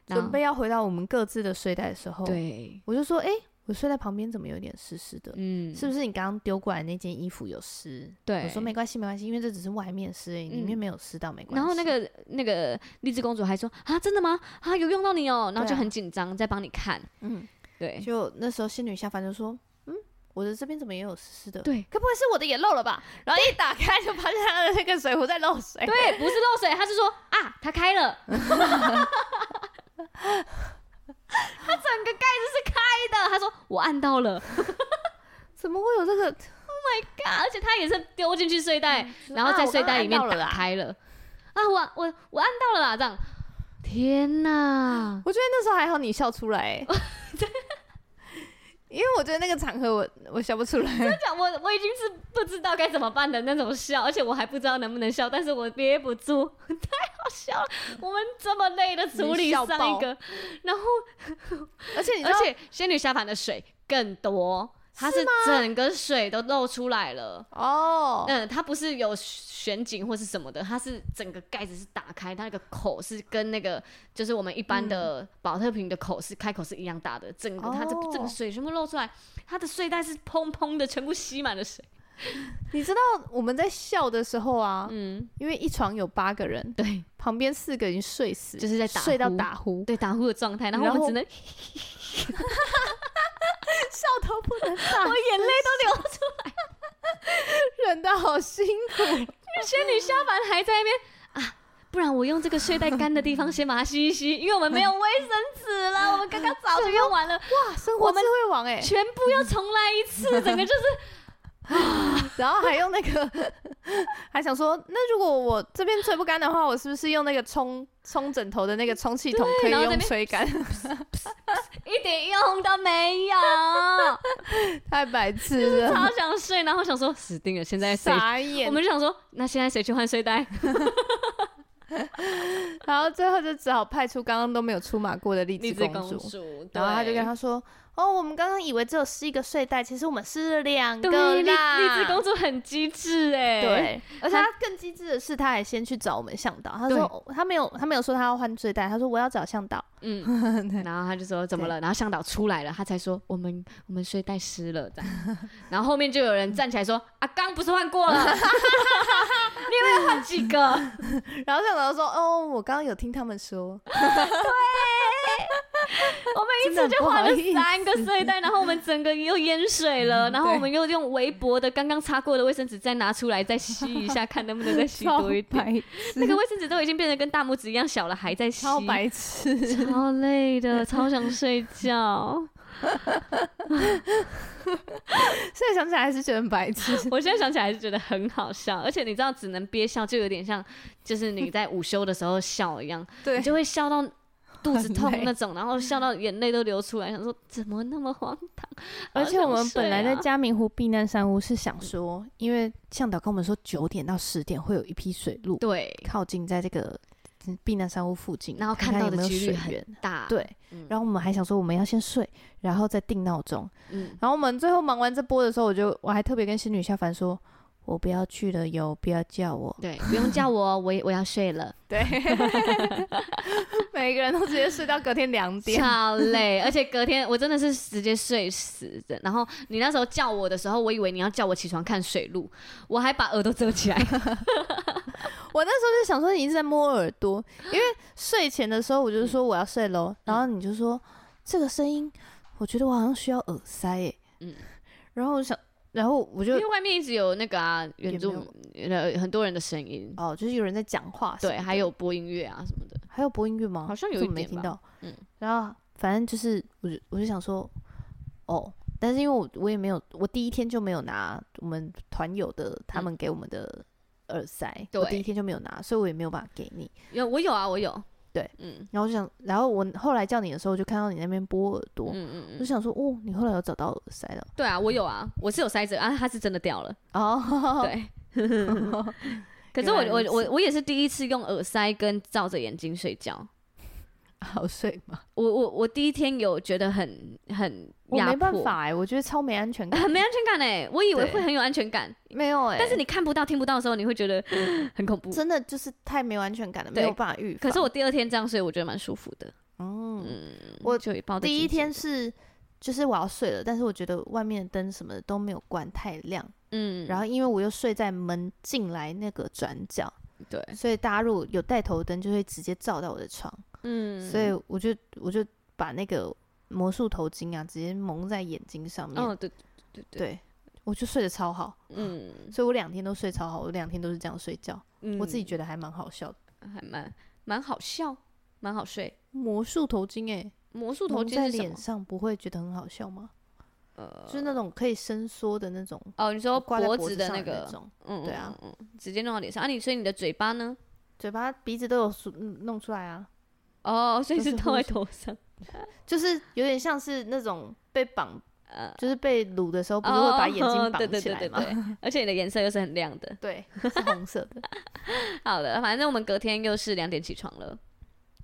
S2: 然后
S3: 准备要回到我们各自的睡袋的时候，
S2: 对，
S3: 我就说，哎，我睡袋旁边怎么有点湿湿的？
S2: 嗯，
S3: 是不是你刚刚丢过来那件衣服有湿？
S2: 对
S3: 我说没关系，没关系，因为这只是外面湿而已，里面
S2: 嗯
S3: 没有湿到，没关系。
S2: 然后那个那个荔枝公主还说啊，真的吗？啊，有用到你哦、然后
S3: 对
S2: 就
S3: 啊
S2: 很紧张，在帮你看。
S3: 嗯，
S2: 对
S3: 就那时候仙女下凡就说，嗯，我的这边怎么也有湿湿的？
S2: 对
S3: 该不会是我的也漏了吧？然后一打开就发现他的那个水壶在漏水。
S2: 对，不是漏水，她是说啊，它开了， 它整个盖子是开的。她说我按到了，
S3: 怎么会有这个？
S2: 嘎而且她也是丢进去睡袋，然后在睡袋里
S3: 嗯
S2: 面
S3: 哎啊我刚刚按到了
S2: 打
S3: 啦
S2: 开了。啊，我我我按到了啦，这样。天哪！
S3: 我觉得那时候还好，你笑出来、欸， 因为我觉得那个场合我我笑不出来。
S2: 讲我我已经是不知道该怎么办的那种笑，而且我还不知道能不能笑，但是我憋不住， 太好笑了。我们这么累的处理
S3: 你
S2: 上
S3: 笑
S2: 一
S3: 爆
S2: 个，然后
S3: 而且你知
S2: 而
S3: 道，
S2: 且仙女下凡的水更多，它是整个水都漏出来了。
S3: 哦，
S2: 嗯，它不是有悬景或是什么的，它是整个盖子是打开，它那个口是跟那个就是我们一般的保特瓶的口是开口是一样大的，整个它这
S3: 嗯哦
S2: 整个水全部漏出来，它的睡袋是砰砰的全部吸满了水。
S3: 你知道我们在笑的时候啊，
S2: 嗯，
S3: 因为一床有八个人，
S2: 对。
S3: 旁边四个已经睡死，
S2: 就是在打
S3: 睡到
S2: 呼
S3: 打呼，
S2: 嗯对打呼的状态，然后我
S3: 然
S2: 们
S3: 后啊
S2: 只能
S3: 笑头不能打，
S2: 我眼泪都流出。
S3: 忍的好辛苦。
S2: 仙女下凡还在那边啊，不然我用这个睡袋干的地方先把它吸一吸，因为我们没有卫生纸了，我们刚刚早就用完了，
S3: 哇，啊生活智慧王哎、
S2: 全部要重来一次，整个就是
S3: 然后还用那个， 还想说，那如果我这边吹不干的话，我是不是用那个冲冲枕头的那个充气筒可以
S2: 然后这
S3: 用
S2: 边
S3: 吹干？
S2: 一点用都没有，
S3: 太白痴 了，
S2: 超想睡，然后想说死定了，现在谁？
S3: 傻眼。
S2: 我们就想说，那现在谁去换 睡袋？
S3: 然后最后就只好派出刚刚都没有出马过的荔
S2: 荔
S3: 枝
S2: 枝
S3: 公
S2: 公
S3: 主。
S2: 主，
S3: 然后他就
S2: 对
S3: 跟她说：“哦，我们刚刚以为只有湿一个睡袋，其实我们湿了两个
S2: 对，荔
S3: 啦。”
S2: 荔枝公主很机智哎，
S3: 对，而且他更机智的是，他还先去找我们向导。他说哦他没有，他没有说他要换睡袋，他说我要找向导。
S2: 嗯，然后他就说怎么了？然后向导出来了，他才说我们我们睡袋湿了这样。 然后后面就有人站起来说啊，刚不是换过 了，你们换几个？
S3: 然后向导就说：“哦，我刚刚有听他们说，
S2: 我们一次就换了三个睡袋，然后我们整个又淹水了，
S3: 嗯
S2: 然后我们又用微薄的刚刚擦过的卫生纸再拿出来再吸一下，看能不能再吸多一点。
S3: 白
S2: 那个卫生纸都已经变得跟大拇指一样小了，还在吸，
S3: 超白 痴。
S2: 超累的，超想睡觉。”
S3: 现在想起来还是觉得很白痴。
S2: 我现在想起来还是觉得很好笑，而且你知道，只能憋笑，就有点像，就是你在午休的时候笑一样，
S3: 对
S2: 你就会笑到肚子痛
S3: 很累
S2: 那种，然后笑到眼泪都流出来，想说怎么那么 荒唐。
S3: 而且我
S2: 好
S3: 们
S2: 想睡
S3: 本来在
S2: 啊
S3: 嘉明湖避难山屋是想说，因为向导跟我们说九点到十点会有一批水路
S2: 对
S3: 靠近在这个嗯避难山屋附近，
S2: 然后
S3: 看
S2: 看到
S3: 有
S2: 的
S3: 没有
S2: 几率
S3: 水
S2: 很
S3: 源。
S2: 大，
S3: 对，
S2: 嗯，
S3: 然后我们还想说我们要先睡，然后再定闹钟。
S2: 嗯，
S3: 然后我们最后忙完这波的时候，我就我还特别跟仙女下凡说，我不要去了哟，不要叫我。
S2: 对，不用叫我，我也我要睡了，
S3: 对， 每个人都直接睡到隔天两点。
S2: 超累，而且隔天我真的是直接睡死的。然后你那时候叫我的时候，我以为你要叫我起床看水路，我还把耳朵 遮起来。
S3: 我那时候就想说你一直在摸耳朵，因为睡前的时候我就说我要睡
S2: 嗯
S3: 喽，然后你就说这个声音，我觉得我好像需要耳塞耶。
S2: 嗯
S3: 然后我想，然后我
S2: 因
S3: 就
S2: 为外面一直有那个啊，原住呃很多人的声音，
S3: 哦，就是有人在讲话什么
S2: 对，
S3: 的，
S2: 还有播音乐啊什么的，
S3: 还有播音乐吗？
S2: 好像有
S3: 怎
S2: 一
S3: 么没
S2: 点
S3: 听
S2: 吧
S3: 到。
S2: 嗯
S3: 然后反正就是，我就我就想说，哦，但是因为我我也没有，我第一天就没有拿我们团友的他
S2: 嗯
S3: 们给我们的耳塞，
S2: 对
S3: 我第一天就没有拿，所以我也没有办法给你。
S2: 有我有啊，我有，
S3: 对，
S2: 嗯
S3: 然后我就想，然后我后来叫你的时候，就看到你那边拨耳朵，
S2: 嗯嗯
S3: 我就
S2: 嗯，
S3: 想说，哦，你后来有找到耳塞了
S2: 对啊，我有啊，我是有塞着啊，它是真的掉了，
S3: 哦，
S2: 对。可是我
S3: 原来
S2: 我
S3: 如此
S2: 我我也是第一次用耳塞跟罩着眼睛睡觉，
S3: 好睡吗？
S2: 我我我第一天有觉得很很
S3: 我
S2: 压
S3: 没办
S2: 迫，
S3: 法哎、我觉得超没安全感，
S2: 很没安全感哎、我以为
S3: 对
S2: 会很有安全感，
S3: 没有哎、
S2: 但是你看不到听不到的时候，你会觉得很恐怖。
S3: 真的就是太没有安全感了，没
S2: 对
S3: 有办法预防。
S2: 可是我第二天这样睡，我觉得蛮舒服的。
S3: 嗯，
S2: 我
S3: 我
S2: 就抱得
S3: 第一
S2: 紧紧
S3: 天
S2: 的，
S3: 是就是我要睡了，但是我觉得外面的灯什么的都没有关太亮，
S2: 嗯，
S3: 然后因为我又睡在门进来那个转角，
S2: 对，
S3: 所以大家如果有带头灯就会直接照到我的床，
S2: 嗯
S3: 所以我就我就把那个魔术头巾啊直接蒙在眼睛上面，
S2: 哦，对对对，
S3: 对我就睡得超好，
S2: 嗯，
S3: 所以我两天都睡超好，我两天都是这样睡觉，我自己觉
S2: 得
S3: 得还蛮好笑的。
S2: 嗯还蛮蛮好笑，蛮好睡。
S3: 魔术头巾哎、
S2: 魔术头
S3: 蒙在
S2: 巾是什
S3: 脸
S2: 么？
S3: 上不会觉得很好笑吗？
S2: 呃
S3: 就是那种可以伸缩的那种，
S2: 哦，你说
S3: 挂在脖
S2: 子的
S3: 上
S2: 那
S3: 的
S2: 个
S3: 那，种。
S2: 嗯，
S3: 对啊
S2: 嗯，嗯嗯直接弄到脸上啊！你所以你的嘴巴呢？
S3: 嘴巴、鼻子都有梳嗯弄出来啊，
S2: 哦，所以
S3: 就是是
S2: 套
S3: 呼
S2: 在
S3: 吸
S2: 头上，
S3: 就是有点像是那种被绑，
S2: 呃，
S3: 就是被撸的时候，不是
S2: 哦
S3: 会把眼睛
S2: 对
S3: 绑
S2: 对
S3: 起
S2: 对
S3: 来
S2: 对
S3: 吗？
S2: 对，而且你的颜色又是很亮的。
S3: 对，是红色 的。
S2: 好的，反正我们隔天又是两点起床了。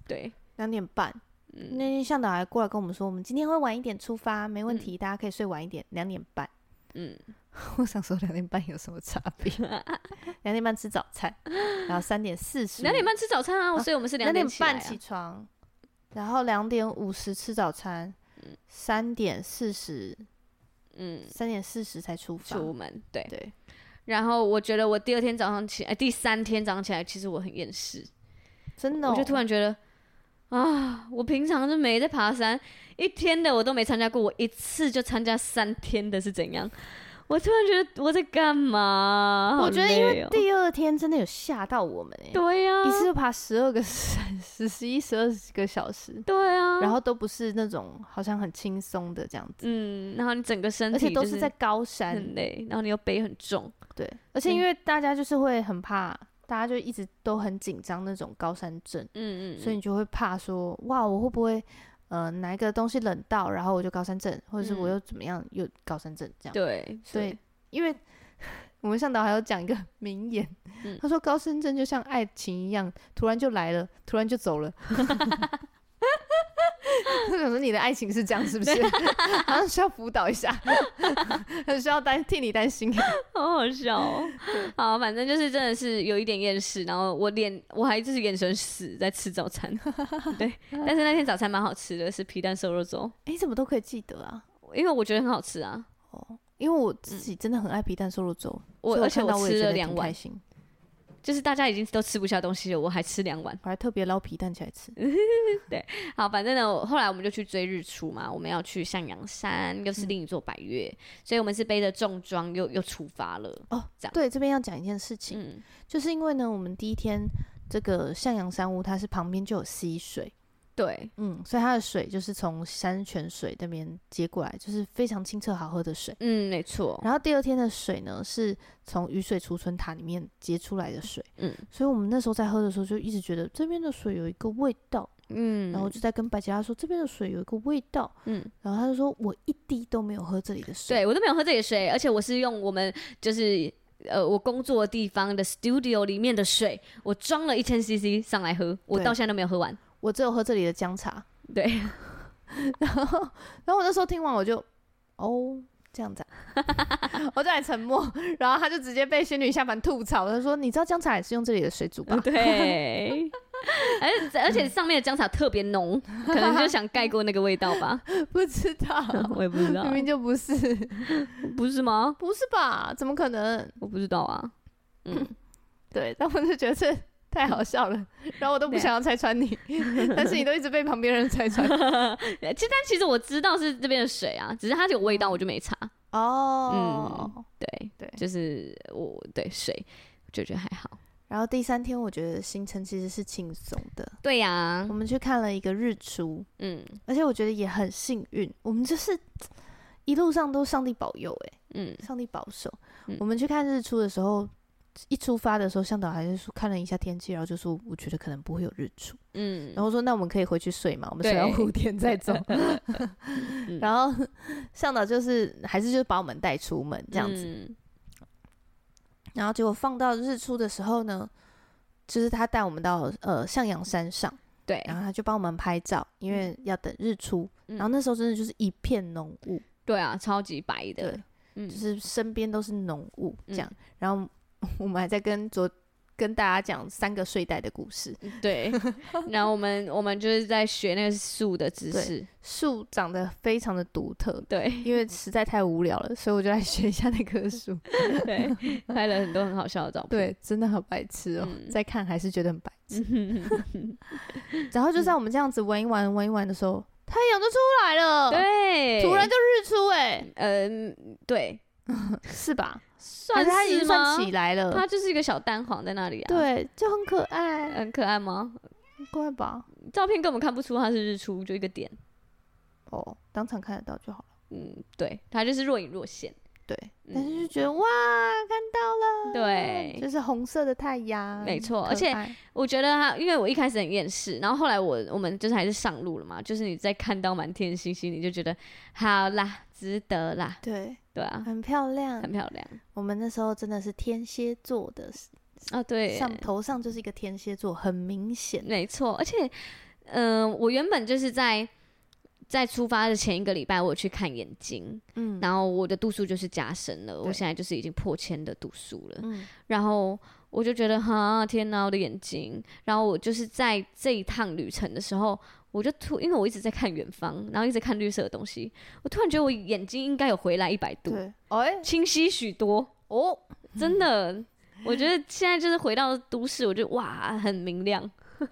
S2: 对，
S3: 两点半，
S2: 嗯
S3: 那天向导还过来跟我们说，我们今天会晚一点出发，没问题，大家可以睡晚一点，两点半。
S2: 嗯，
S3: 我想说两点半有什么差别？ 两点半吃早餐，然后三点四十，
S2: 两点半吃早餐啊，所以我们是
S3: 两
S2: 点
S3: 点半
S2: 起
S3: 起
S2: 来啊。
S3: 床，然后两点五十吃早餐，三点四十，
S2: 嗯，
S3: 三点四十才出发。
S2: 出门对。
S3: 对，
S2: 然后我觉得我第二天早上起，哎，第三天早上起来，其实我很厌世，
S3: 真的、哦
S2: 我就突然觉得啊，我平常就没在爬山，一天的我都没参加过，我一次就参加三天的是怎样？我突然觉得我在干嘛？
S3: 我
S2: 好
S3: 觉得因
S2: 累
S3: 为
S2: 哦
S3: 第二天真的有吓到我们哎、
S2: 对啊呀、
S3: 一次就爬十二个山，十十一、十二个小时，
S2: 对啊，
S3: 然后都不是那种好像很轻松的这样子，
S2: 嗯，然后你整个身体
S3: 而且都
S2: 就是
S3: 在高山，
S2: 很累，然后你又背很重，
S3: 对，而且因为大家就是会很怕，大家就一直都很紧张那种高山症，
S2: 嗯嗯，
S3: 所以你就会怕说，哇，我会不会呃哪一个东西冷到，然后我就高山症，或者是我
S2: 嗯
S3: 又怎么样又高山症这样。
S2: 对，
S3: 所以因为 我们向导还有讲一个 名言，
S2: 嗯
S3: 他说高山症就像爱情一样，突然就来了，突然就走了。 我想说你的爱情是这样是不是？ 好像需要辅导一下， 很需要担替你担心。
S2: 好好笑哦。好，反正就是真的是有一点厌世，然后我脸我还就是眼神死在吃早 餐，对，但是那天早餐蛮好吃的，是皮蛋瘦肉粥，
S3: 哎、怎么都可以记得啊？
S2: 因为我觉得很好吃啊。
S3: 哦，因为我自己真的很爱皮蛋瘦肉粥，
S2: 嗯我
S3: 所以
S2: 而且
S3: 看到
S2: 我
S3: 也
S2: 吃
S3: 觉
S2: 了
S3: 得
S2: 两
S3: 挺
S2: 碗
S3: 开心，
S2: 就是大家已经都吃不下东西了，我还吃两碗。
S3: 我还特别捞皮蛋起来吃。
S2: 好，反正呢，我后来我们就去追日出嘛，我们要去向阳山，又是
S3: 嗯
S2: 另一座百岳，所以我们是背着重装又又出发了。
S3: 哦
S2: 这样
S3: 对，这边要讲一件事情，
S2: 嗯
S3: 就是因为呢，我们第一天这个向阳山屋，它是旁边就有溪水，
S2: 对，
S3: 嗯，所以它的水就是从山泉水那边接过来，就是非常清澈好喝的水。
S2: 嗯，没错，
S3: 然后第二天的水呢，是从雨水储存塔里面接出来的水，
S2: 嗯，
S3: 所以我们那时候在喝的时候就一直觉得这边的水有一个味道，
S2: 嗯，
S3: 然后我就在跟白吉拉说这边的水有一个味道，
S2: 嗯，
S3: 然后他就说我一滴都没有喝这里的水，
S2: 对我都没有喝这里的水，而且我是用我们就是呃我工作的地方的 studio 里面的水，我装了一千 CC 上来喝，我
S3: 对
S2: 到现在都没有喝完。
S3: 我只有喝这里的姜茶。
S2: 对，
S3: 然后，然后我那时候听完我就，哦，这样子、啊， 我就还沉默。然后他就直接被仙女下凡吐槽，他说：“你知道姜茶也是用这里的水煮吧？”
S2: 对，而且而且上面的姜茶特别 浓，可能就想盖过那个味道吧，
S3: 不知道，
S2: 我也不知道
S3: 明，明就不是，
S2: 不是吗？
S3: 不是吧？怎么可能？
S2: 我不知道 啊，
S3: 对，但我就觉得这太好笑了，然后我都不
S2: 对啊
S3: 想要拆穿 你，但是你都一直被旁边人拆穿。
S2: 其实但其实我知道是这边的水啊，只是它有味道我就没查。
S3: 哦，
S2: 嗯对
S3: 对
S2: 就是我对水，我就觉得还好。
S3: 然后第三天我觉得行程其实是轻松的，
S2: 对呀、
S3: 我们去看了一个日出，
S2: 嗯
S3: 而且我觉得也很幸运，我们就是一路上都上帝保佑、欸，
S2: 嗯，
S3: 上帝保守。
S2: 嗯
S3: 我们去看日出的时候，一出发的时候，向导还是说看了一下天气，然后就说我觉得可能不会有日出，
S2: 嗯
S3: 然后说那我们可以回去睡嘛，我们睡到
S2: 对嗯
S3: 五点再 走。 然后向导就是还是就是把我们带出门这样子，
S2: 嗯
S3: 然后结果放到日出的时候呢，就是他带我们到呃向阳山上，
S2: 对，啊
S3: 然后他就帮我们拍照，因为要等日出。
S2: 嗯
S3: 然后那时候真的就是一片浓雾，
S2: 对啊，超级白的，
S3: 对，
S2: 嗯
S3: 就是身边都是浓雾这样。
S2: 嗯
S3: 然后我们还在跟昨跟大家讲三个睡袋的故事，
S2: 对。然后我们我们就是在学那个树的姿
S3: 对
S2: 势，
S3: 树长得非常的独特。
S2: 对
S3: 因为实在太无聊了，所以我就来学一下那棵树。
S2: 嗯对，拍了很多很好笑的照片。
S3: 对，真的好白痴哦、
S2: 嗯
S3: 再看还是觉得很白痴。 然
S2: 嗯
S3: 后就在我们这样子玩一玩、玩一玩的时候，太阳就出来了，，
S2: 对，
S3: 突然就日出、哎，
S2: 嗯，对，
S3: 是吧？
S2: 算
S3: 还是它已经
S2: 是吗
S3: 算起来了
S2: 它，就是一个小蛋黄在那里啊，，
S3: 对，就很可爱，
S2: 很可爱吗？
S3: 很乖吧？
S2: 照片根本看不出它是日出，就一个点，
S3: 哦，当场看得到就好了。
S2: 嗯，对，它就是若隐若现，
S3: 对，
S2: 嗯
S3: 但是就觉得哇，看到了，
S2: 对
S3: 就是红色的太阳，
S2: 没错
S3: 可
S2: 而且
S3: 爱
S2: 我觉得他，因为我一开始很厌世，然后后来我我们就是还是上路了嘛，就是你在看到满天星星，你就觉得好啦，值得啦，
S3: 对，
S2: 对啊，
S3: 很漂亮
S2: 很。漂亮
S3: 我们那时候真的是天蝎座的，
S2: 啊、哦，对，
S3: 上头上就是一个天蝎座，很明显。
S2: 没错，而且，嗯、我原本就是在在出发的前一个礼拜，我去看眼睛，
S3: 嗯
S2: 然后我的度数就是加深了，
S3: 对
S2: 我现在就是已经破千的度数了，
S3: 嗯，
S2: 然后我就觉得哈，天哪，我的眼睛！然后我就是在这一趟旅程的时候，我就突，因为我一直在看远方，然后一直看绿色的东西，我突然觉得我眼睛应该有回来一百度，
S3: 对，嗯哎，
S2: 清晰许多哦，真的。我觉得现在就是回到都市，我就哇，很明亮，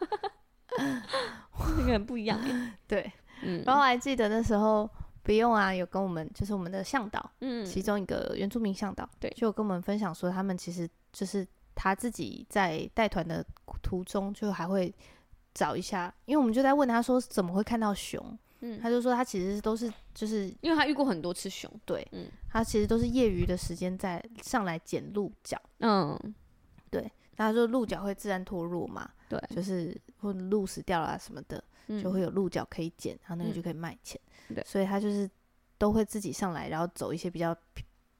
S2: 那个很不一样欸。
S3: 对。
S2: 嗯
S3: 然后还记得那时候不用啊，有跟我们就是我们的向导，
S2: 嗯
S3: 其中一个原住民向导，
S2: 对
S3: 就有跟我们分享说，他们其实就是他自己在带团的途中，就还会找一下，因为我们就在问他说怎么会看到熊，
S2: 嗯
S3: 他就说他其实都是就是
S2: 因为他遇过很多次熊，
S3: 对，
S2: 嗯
S3: 他其实都是业余的时间在上来捡鹿角，
S2: 嗯，
S3: 他说鹿角会自然脱落嘛，
S2: 对
S3: 就是或者鹿死掉了、啊、什么的，
S2: 嗯
S3: 就会有鹿角可以捡，然后那个
S2: 嗯
S3: 就可以卖钱。
S2: 对
S3: 所以他就是都会自己上来，然后走一些比较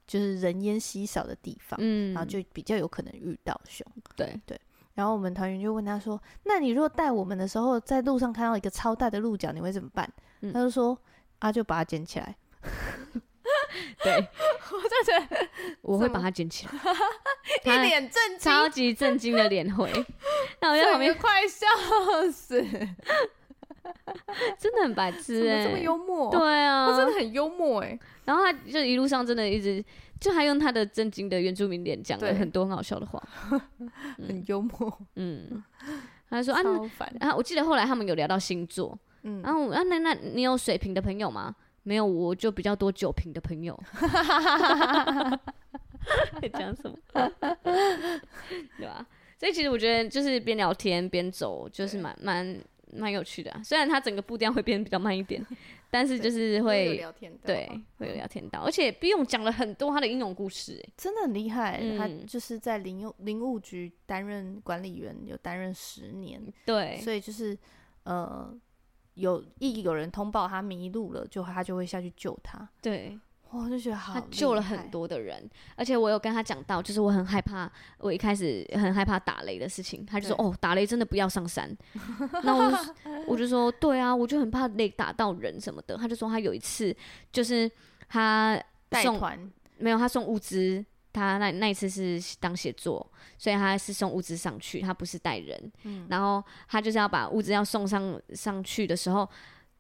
S3: 就是人烟稀少的地方，
S2: 嗯，
S3: 然后就比较有可能遇到熊。
S2: 对，
S3: 然后我们团员就问他说：“那你如果带我们的时候，在路上看到一个超大的鹿角，你会怎么办？”
S2: 嗯
S3: 他就说：“啊，就把它捡起 来。
S2: 对，
S3: 我就觉得
S2: 我会
S3: 怎么
S2: 把它捡起来。
S3: 一
S2: 他
S3: 脸震惊，
S2: 超级震惊的脸 回，那我在
S3: 整个
S2: 旁边
S3: 快笑 死，怎
S2: 真的很白痴
S3: 么
S2: 哎、
S3: 这么幽默？
S2: 对啊，
S3: 他真的很幽默哎、
S2: 然后他就一路上真的一直，就还用他的震惊的原住民脸讲了
S3: 对
S2: 很多很好笑的话，
S3: 很幽默，
S2: 嗯，他就说啊
S3: 超烦。
S2: 啊，我记得后来他们有聊到星座，
S3: 嗯，
S2: 然后我啊那那你有水瓶的朋友吗？没有，我就比较多酒瓶的 朋友。在讲什么？ 对吧、所以其实我觉得就是边聊天边走，就是蛮蛮蛮有趣的啊、虽然它整个步调会变得比较慢一点，但是就是会
S3: 聊天的，
S2: 对会有聊天到，而且 B 勇讲了很多他的应用故事、欸，
S3: 真的很厉害。
S2: 嗯
S3: 他就是在
S2: 嗯
S3: 林务林务局担任管理员，有担任十年，
S2: 对
S3: 所以就是呃有一有人通报他迷路了，就他就会下去救他。
S2: 对
S3: 哇，我就觉得好，
S2: 他救了很。多的人，而且我有跟他讲到，就是我很害怕，我一开始很害怕打雷的事情，他就说
S3: 对
S2: 哦，打雷真的不要上山。 那我就我就说对啊，我就很怕雷打到人什么的。他就说他有一次就是他
S3: 带
S2: 送
S3: 团
S2: 没有，他送物资，他那那一次是当写作，所以他是送物资上去，他不是带人。
S3: 嗯
S2: 然后他就是要把物资要送上上去的时候，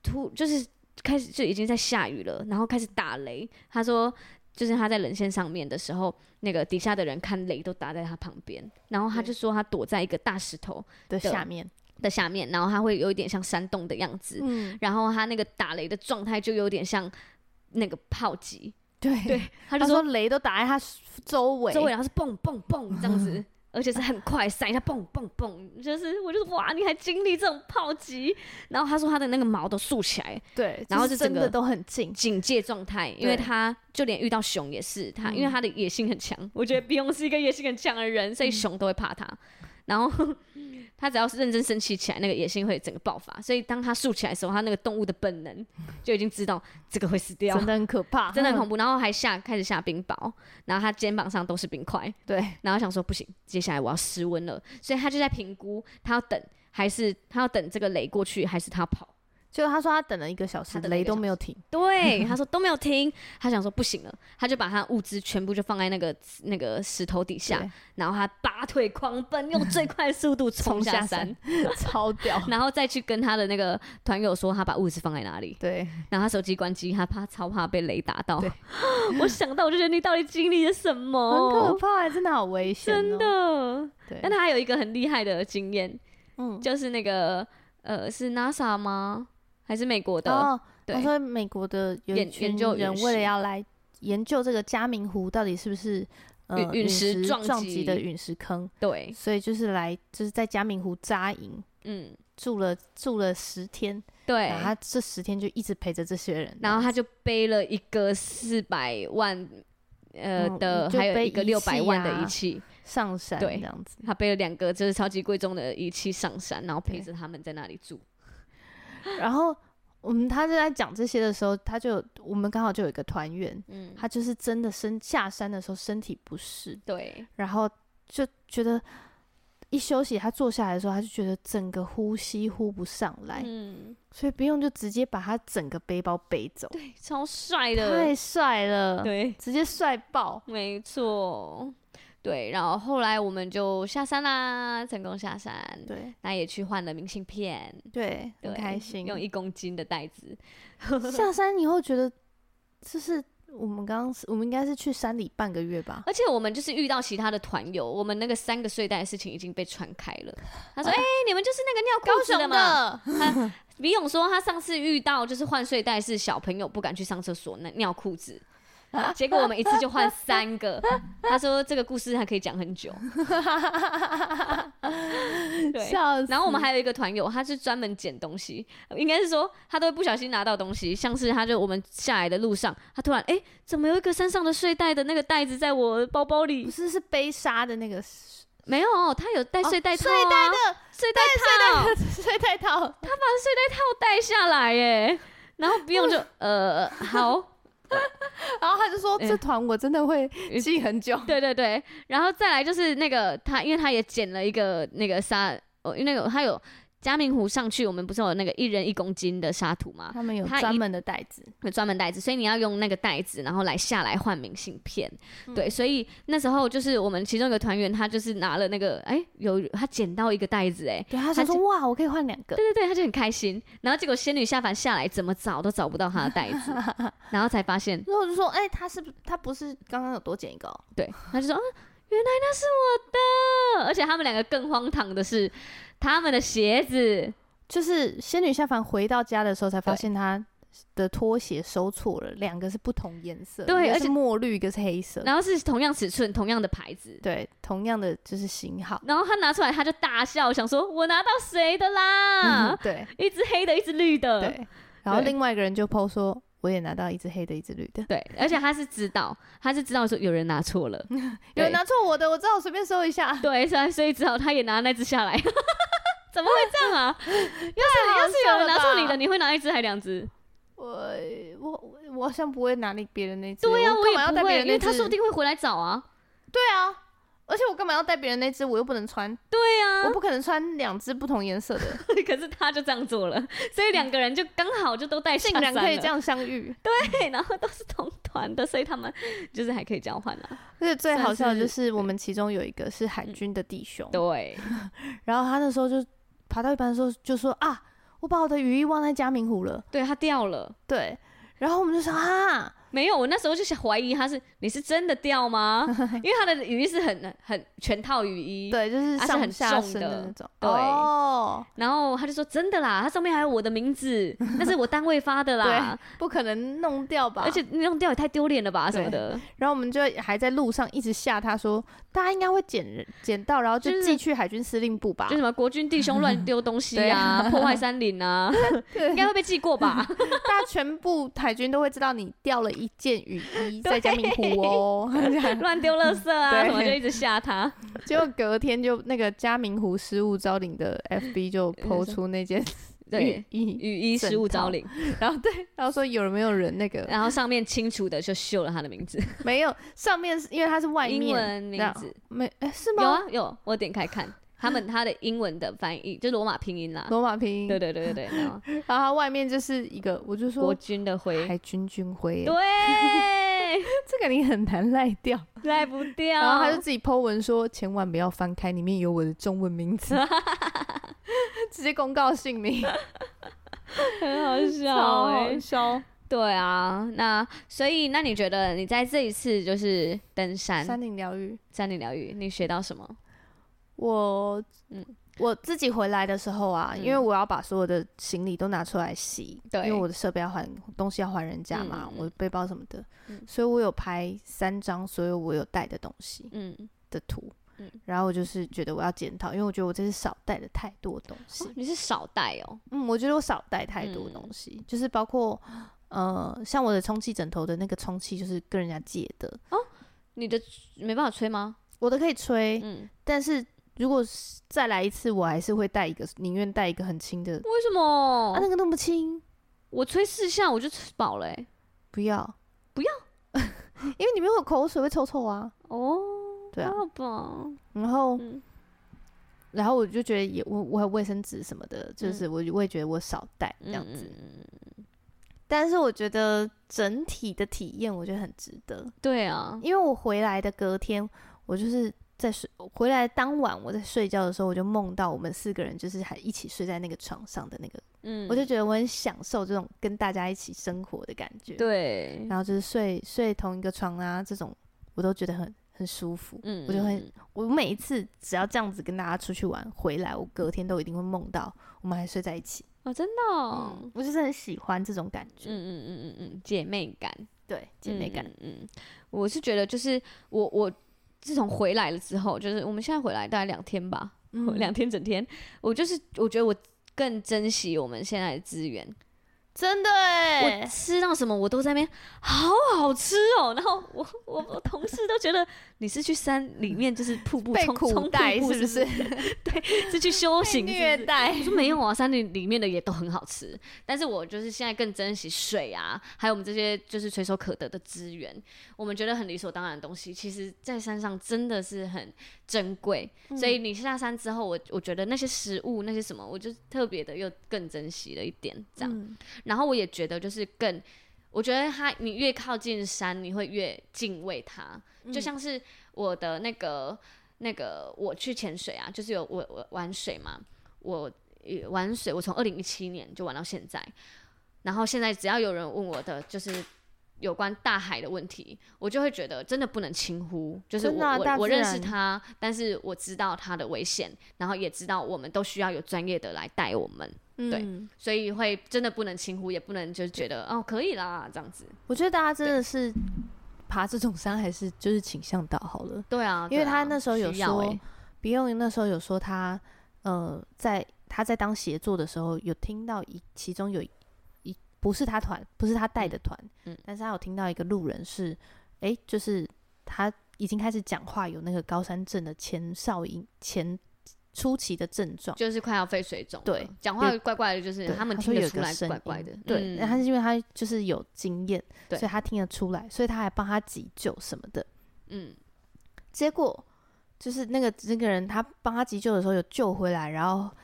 S2: 突就是开始就已经在下雨了，然后开始打雷。他说。就是他在人线上面的时候，那个底下的人看雷都打在他旁边，然后他
S3: 对
S2: 就说他躲在一个大石头
S3: 的
S2: 的
S3: 下面，
S2: 的下面，然后他会有一点像山洞的样子，
S3: 嗯，
S2: 然后他那个打雷的状态就有点像那个炮击，
S3: 对
S2: 对，
S3: 他
S2: 他就
S3: 说
S2: 说
S3: 雷都打在他周围，
S2: 周围啊然后是蹦蹦蹦这样子， 而且是很快，闪一下蹦蹦蹦，就是我就是哇，你还经历这种炮击？然后他说他的那个毛都竖起来，
S3: 对，
S2: 然后
S3: 是
S2: 就整
S3: 真的
S2: 个
S3: 都很近，
S2: 警戒状态，因为他就连遇到熊也是他，因为他的野性很强，我觉得比翁是一个野性很强的人，所以熊都会怕他。然后 他只要是认真生气起来，那个野性会整个爆发。所以当他竖起来的时候，他那个动物的本能就已经知道这个会死掉
S3: 真，的很可怕，
S2: 真的很恐怖。然后还下开始下冰雹，然后他肩膀上都是冰块，
S3: 对，
S2: 然后想说不行，接下来我要失温了，所以他就在评估，他要等还是他要等这个雷过去，还是他要跑？
S3: 就他说他等了一个小时，
S2: 他等了一
S3: 雷
S2: 个
S3: 都没有停，
S2: 对，他说都没有停，他想说不行了，他就把他物资全部就放在那个那个石头底下
S3: 对，
S2: 然后他拔腿狂奔，用最快的速度冲
S3: 冲
S2: 下
S3: 下
S2: 山，
S3: 超 屌，
S2: 然后再去跟他的那个团友说他把物资放在哪里，
S3: 对，
S2: 然后他手机关机，他怕超怕被雷打到
S3: 对。
S2: 我想到我就觉得你到底经历了什
S3: 很可
S2: 么？
S3: 怕，欸真的好危险，
S2: 哦
S3: 哦
S2: 真，的，
S3: 对
S2: 但，他还有一个很厉害的经验，
S3: 嗯，
S2: 就是那个呃，是 NASA 吗？还是美国的？
S3: 哦，他
S2: 对
S3: 说美国的有一
S2: 研
S3: 群
S2: 研究
S3: 人
S2: 陨
S3: 为了
S2: 石
S3: 要来研究这个嘉明湖到底是不是呃
S2: 陨陨石
S3: 撞
S2: 撞
S3: 击的
S2: 击
S3: 陨石坑，
S2: 对，
S3: 所以就是来就是在嘉明湖扎营。
S2: 嗯，
S3: 住了住了十天，
S2: 对
S3: 然。后他这十天就一直陪着这些人，
S2: 然后他就背了一个四百万呃
S3: 嗯
S2: 的，
S3: 就
S2: 还有
S3: 背
S2: 一个
S3: 仪
S2: 六百
S3: 器
S2: 万
S3: 啊
S2: 的仪器，
S3: 上山这
S2: 对
S3: 样子，
S2: 他背了两个就是超级贵重的仪器上山，然后陪
S3: 对
S2: 着他们在那里住。
S3: 然后我们他就在讲这些的时候，他就我们刚好就有一个团员，
S2: 嗯，
S3: 他就是真的身下山的时候身体不适，
S2: 对，
S3: 然后就觉得一休息，他坐下来的时候，他就觉得整个呼吸呼不上来，
S2: 嗯，
S3: 所以不用就直接把他整个背包背走，
S2: 对，超帅的，
S3: 太帅了，
S2: 对，
S3: 直接帅爆，
S2: 没错，对。然后后来我们就下山啦，成功下山，
S3: 对
S2: 那也去换了明信片，
S3: 对，
S2: 嗯对
S3: 很开心，
S2: 用一公斤的袋子，
S3: 下山以后觉得，就是我们刚刚是我们应该是去山里半个月吧？
S2: 而且我们就是遇到其他的团友，我们那个三个睡袋的事情已经被传开了。他说：“哎、你们就是那个尿裤子的嘛。
S3: 的，
S2: 他”李勇说他上次遇到就是换睡袋是小朋友不敢去上厕所那尿裤 子，结果我们一次就换三个。他说这个故事还可以讲很久。 对。
S3: 笑死。
S2: 然后我们还有一个团友，他是专门捡东西，应该是说他都会不小心拿到东西，像是他就我们下来的路上，他突然哎、诶怎么有一个山上的睡袋的那个袋子在我包包里
S3: 不？是是背沙的那个睡
S2: 没有，哦他有带睡袋套、
S3: 哦
S2: 啊
S3: 睡袋的
S2: 睡袋套，
S3: 睡袋套，
S2: 把睡袋套带下来耶。然后不用就呃好，
S3: 然后他就说
S2: 嗯
S3: 这团我真的会记很久。
S2: 对对对，然后再来就是那个他，因为他也捡了一个那个沙，哦，因为那个他有嘉明湖上去，我们不是有那个一人一公斤的沙土吗？
S3: 他们有
S2: 他一
S3: 专门的袋子，
S2: 有专门袋子，所以你要用那个袋子，然后来下来换明信片。
S3: 嗯
S2: 对，所以那时候就是我们其中一个团员，他就是拿了那个，哎、有他捡到一个袋子、哎，
S3: 对，他想
S2: 他
S3: 说哇，我可以换两个，
S2: 对对对，他就很开心。然后结果仙女下凡下来，怎么找都找不到他的 袋子，然后才发现，
S3: 然后我就说，哎，他是不他不是刚刚有多捡一个哦？
S2: 对，他就说、啊，原来那是我的。而且他们两个更荒唐的是，他们的鞋子，
S3: 嗯就是仙女下凡回到家的时候才发
S2: 对
S3: 现他的拖鞋收错了，两个是不同颜色，
S2: 对
S3: 一个
S2: 而
S3: 是
S2: 且
S3: 墨绿，一个是黑色，
S2: 然后是同样尺寸、同样的牌子。
S3: 对，同样的就是型号。
S2: 然后他拿出来，他就大笑，想说：“我拿到谁的啦
S3: 嗯，？ 对
S2: 一只黑的，一只绿的。
S3: 对。然后
S2: 对
S3: 另外一个人就 PO 说，我也拿到一只黑的，一只绿的，
S2: 对而且他是知道，他是知道说有人拿错 了，
S3: 有人
S2: 对
S3: 拿错我的，我知道我随便搜 一下。
S2: 对，所以所以只好他也拿那只下来。怎么会这样啊？要是要有人
S3: 了
S2: 拿错你
S3: 吧
S2: 的，你会拿一只还两只？
S3: 我我 我我好像不会拿你别人那只，
S2: 对呀、
S3: 啊我
S2: 我
S3: 干嘛要
S2: 也
S3: 带
S2: 不
S3: 别
S2: 会，
S3: 人
S2: 因
S3: 那
S2: 为
S3: 只？
S2: 他说不定会回来找啊。
S3: 对啊，而且我干嘛要带别人那只？我又不能穿，
S2: 对呀、
S3: 我不可能穿两只不同颜色 的，
S2: 可是他就这样做了，所以两个人就刚好就都带下
S3: 竟
S2: 山
S3: 然可以
S2: 了
S3: 这样相遇。
S2: 对，然后都是同团的，所以他们就是还可以交换啊。
S3: 而且最
S2: 算
S3: 好笑的就是是，我们其中有一个是海军的弟兄，
S2: 嗯对，
S3: 然后他那时候就爬到一半的时候就说啊，我把我的雨衣忘在嘉明湖了。
S2: 对他掉了。
S3: 对，然后我们就说啊，
S2: 没有，我那时候就是怀疑他是你是真的掉 吗？因为他的雨衣是很很全套雨衣，
S3: 对，就是
S2: 啊是
S3: 上
S2: 很
S3: 下
S2: 重
S3: 身
S2: 的
S3: 的那种。
S2: 对
S3: 哦，
S2: 然后他就说真的啦，它上面还有我的 名字，那是我单位发的啦，
S3: 不可能弄掉吧？
S2: 而且你弄掉也太丢脸了吧什么的，
S3: 然后我们就还在路上一直吓他说，大家应该会捡捡到，然后
S2: 就
S3: 就是寄去海军司令部吧
S2: 就。什么国军弟兄乱丢东西
S3: 对
S2: 啊， 破坏山林啊，
S3: 对
S2: 应该会被记 过吧？
S3: 大家全部海军都会知道你掉了一件雨 衣在嘉明湖哦。这样
S2: 乱丢垃圾啊
S3: 对
S2: 什么，就一直吓他。
S3: 结果隔天就那个嘉明湖失物招领的 FB 就抛出那件雨
S2: 对，
S3: 衣，
S2: 雨衣失物招领，
S3: 然后对，然后说有没有人那个
S2: 然后上面清楚的就绣了他的名字，
S3: 没有上面是因为它是外
S2: 英
S3: 面
S2: 文名
S3: 那
S2: 字
S3: 没哎是
S2: 有
S3: 吗
S2: 啊？有，我点开看他们他的英文的翻译，就罗马拼音啦。
S3: 罗马拼音
S2: 对，对对 对对，然后
S3: 然后它外面就是一个，我就
S2: 国
S3: 说
S2: 军的徽，
S3: 海军军徽耶，
S2: 对，
S3: 这个你很难赖 掉。
S2: 赖不掉。
S3: 然后他就自己 Po 文说，千万不要翻开，里面有我的中文名 字，直接公告姓名，
S2: 很好笑
S3: 超
S2: 哎、
S3: 好 笑。
S2: 对啊，那所以那你觉得你在这一次就是登山
S3: 山顶疗愈，
S2: 山林疗愈，你学到什么？
S3: 我
S2: 嗯
S3: 嗯。我自己回来的时候啊，
S2: 嗯
S3: 因为我要把所有的行李都拿出来洗，
S2: 对
S3: 因为我的设备要还，东西要还人家嘛，
S2: 嗯嗯嗯
S3: 我的背包什么的，
S2: 嗯
S3: 所以我有拍三张所有我有带的东西
S2: 嗯，
S3: 的图，
S2: 嗯
S3: 然后我就是觉得我要检讨，因为我觉得我这次少带了太多东西，
S2: 哦你是少带哦，
S3: 嗯，我觉得我少带太多
S2: 嗯
S3: 东西，就是包括呃，像我的充气枕头的那个充气，就是跟人家借的，
S2: 你的没办法吹吗？
S3: 我的可以吹，
S2: 嗯，
S3: 但是如果是再来一次，我还是会带一个，宁愿带一个很轻的，
S2: 为什么？
S3: 啊，那个那么轻，
S2: 我吹四下我就吃饱了、欸，
S3: 不要，
S2: 不要，
S3: 因为里面有口水会臭臭啊，
S2: 哦，
S3: 对啊
S2: 还好吧，
S3: 然后。
S2: 嗯
S3: 然后我就觉得也我我有卫生纸什么的，就是我我也觉得我少带这样子，
S2: 嗯
S3: 但是我觉得整体的体验我觉得很值得，
S2: 对啊，
S3: 因为我回来的隔天，我就是在睡，回来当晚我在睡觉的时候，我就梦到我们四个人就是还一起睡在那个床上的那个，
S2: 嗯，
S3: 我就觉得我很享受这种跟大家一起生活的感觉。，
S2: 对，
S3: 然后就是睡睡同一个床啊，这种我都觉得很很舒服。
S2: 嗯
S3: 我就会
S2: 嗯
S3: 我每一次只要这样子跟大家出去玩，回来我隔天都一定会梦到我们还睡在一起。
S2: 哦，真的哦、
S3: 嗯，我就是很喜欢这种感
S2: 嗯
S3: 觉，
S2: 嗯嗯嗯嗯，姐妹感，
S3: 对姐妹感。
S2: 嗯嗯嗯我是觉得就是我我自从回来了之后，就是我们现在回来大概两天吧，
S3: 嗯
S2: 两天整天，我就是我觉得我更珍惜我们现在的资源，
S3: 真的哎、
S2: 我吃到什么我都在那边好好吃哦，然后我我我同事都觉得你是去山里面就是瀑布
S3: 被
S2: 冲
S3: 苦
S2: 冲
S3: 待
S2: 瀑布
S3: 是不
S2: 是
S3: 是
S2: 不？是？是去修
S3: 被
S2: 行是不
S3: 虐
S2: 是？
S3: 待？
S2: 我说没有啊，山里里面的也都很好吃，但是我就是现在更珍惜水啊，还有我们这些就是垂手可得的资源，我们觉得很理所当然的东西，其实在山上真的是很珍贵。
S3: 嗯
S2: 所以你下山之后，我我觉得那些食物那些什么，我就特别的又更珍惜了一点，这样。
S3: 嗯
S2: 然后我也觉得就是更，我觉得它你越靠近山，你会越敬畏它，
S3: 嗯
S2: 就像是我的那个那个我去潜水啊，就是有我我玩水嘛，我呃玩水，我从二零一七年就玩到现在，然后现在只要有人问我的就是。有关大海的问题，我就会觉得真的不能轻忽，就是
S3: 真
S2: 我、
S3: 的啊大
S2: 我
S3: 自
S2: 我认识
S3: 然
S2: 它，但是我知道它的危险，然后也知道我们都需要有专业的来带我们。对
S3: 嗯
S2: 所以会真的不能轻忽，也不能就是觉得哦可以啦这样子。
S3: 我觉得大家真的是爬这种山，还是就是倾向导好了。
S2: 对啊，
S3: 因为
S2: 对啊
S3: 他那时候有
S2: 需要
S3: 说
S2: 欸
S3: 比用那时候有说他，呃，在他在当协作的时候，有听到一其中有一一不是他团，不是他带的团，
S2: 嗯嗯
S3: 但是他有听到一个路人是，诶，就是他已经开始讲话，有那个高山症的前哨音前初期的症状。
S2: 就是快要肺水肿了，
S3: 对
S2: 讲话怪怪的，就是
S3: 对
S2: 他们
S3: 说有
S2: 听得
S3: 一
S2: 出
S3: 个
S2: 来
S3: 声
S2: 怪
S3: 音
S2: 怪的，
S3: 对，那
S2: 嗯
S3: 他是因为他就是有经验，
S2: 对
S3: 所以他听得出来，所以他还帮他急救什么的。
S2: 嗯，
S3: 结果就是那个那个人他帮他急救的时候有救回来，然后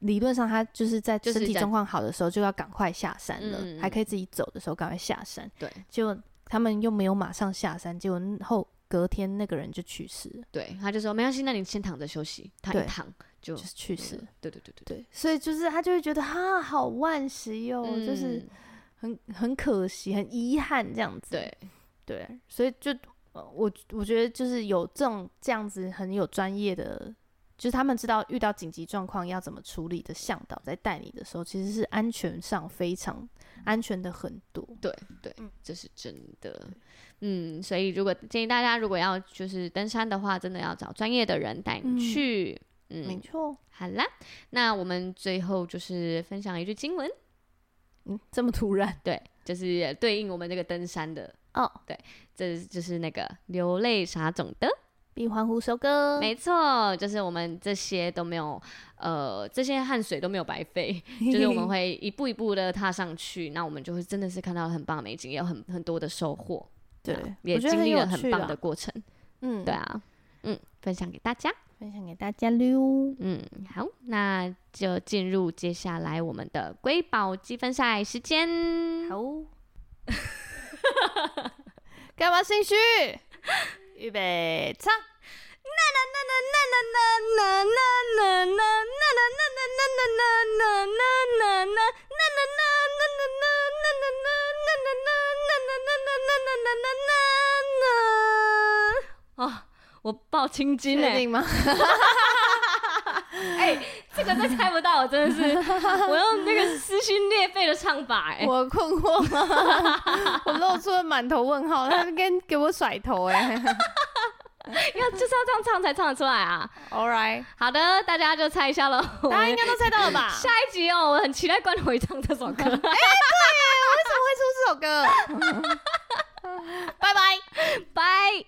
S3: 理论上他就是在
S2: 就是
S3: 身体
S2: 在
S3: 状况好的时候就要赶快下山了，
S2: 嗯嗯嗯
S3: 还可以自己走的时候赶快下山。
S2: 对
S3: 结果他们又没有马上下山，结果后隔天那个人就去世了，
S2: 对，他就说没关系，那你先躺着休息，他一
S3: 对
S2: 躺就
S3: 就是去
S2: 哦没
S3: 世
S2: 了
S3: 了。
S2: 对对对对对，
S3: 对，所以就是他就会觉得哈、好惋惜哦，就是
S2: 嗯
S3: 很很可惜，很遗憾这样子。
S2: 对，
S3: 对，所以就呃我我觉得就是有这种这样子很有专业的，就是他们知道遇到紧急状况要怎么处理的向导在带你的时候，其实是安全上非常安全的很多。
S2: 对对，这是真的。嗯，所以如果建议大家，如果要就是登山的话，真的要找专业的人带
S3: 嗯
S2: 你去。嗯，
S3: 错，
S2: 好啦，那我们最后就是分享一句经文，
S3: 嗯，这么突 然
S2: 对，就是对应我们这个登山的，
S3: 哦，
S2: 这就是那个流泪撒种的。
S3: 必欢呼收割，
S2: 没错，就是我们这些都没有，呃，这些汗水都没有白 费，就是我们会一步一步的踏上去，那我们就会真的是看到很棒的美景，也有很很多的收获，
S3: 对
S2: 那，
S3: 我
S2: 也
S3: 觉得
S2: 经历
S3: 有
S2: 了很
S3: 趣
S2: 棒
S3: 啦
S2: 的，过程，
S3: 嗯，
S2: 对，啊，嗯，分享给大家，
S3: 分享给大家溜。
S2: 嗯，好，那就进入接下来我们的瑰宝积分赛时间，嗯
S3: 好，哦 干嘛心虚？预备，唱。
S2: 啊，我爆青筋哎、
S3: 确定吗？
S2: 这个再猜不到，我真的 是，我用那个撕心裂肺的唱法哎、
S3: 我困惑 吗？我露出了满头问号，他跟给我甩头哎、
S2: 要就是要这样唱才唱得出来啊。
S3: All right，
S2: 好的，大家就猜一下喽。我
S3: 大家应
S2: 们
S3: 该都猜到了 吧？
S2: 下一集哦，我很期待关回唱这首歌。
S3: 怎么会出这首歌？拜拜。
S2: 拜。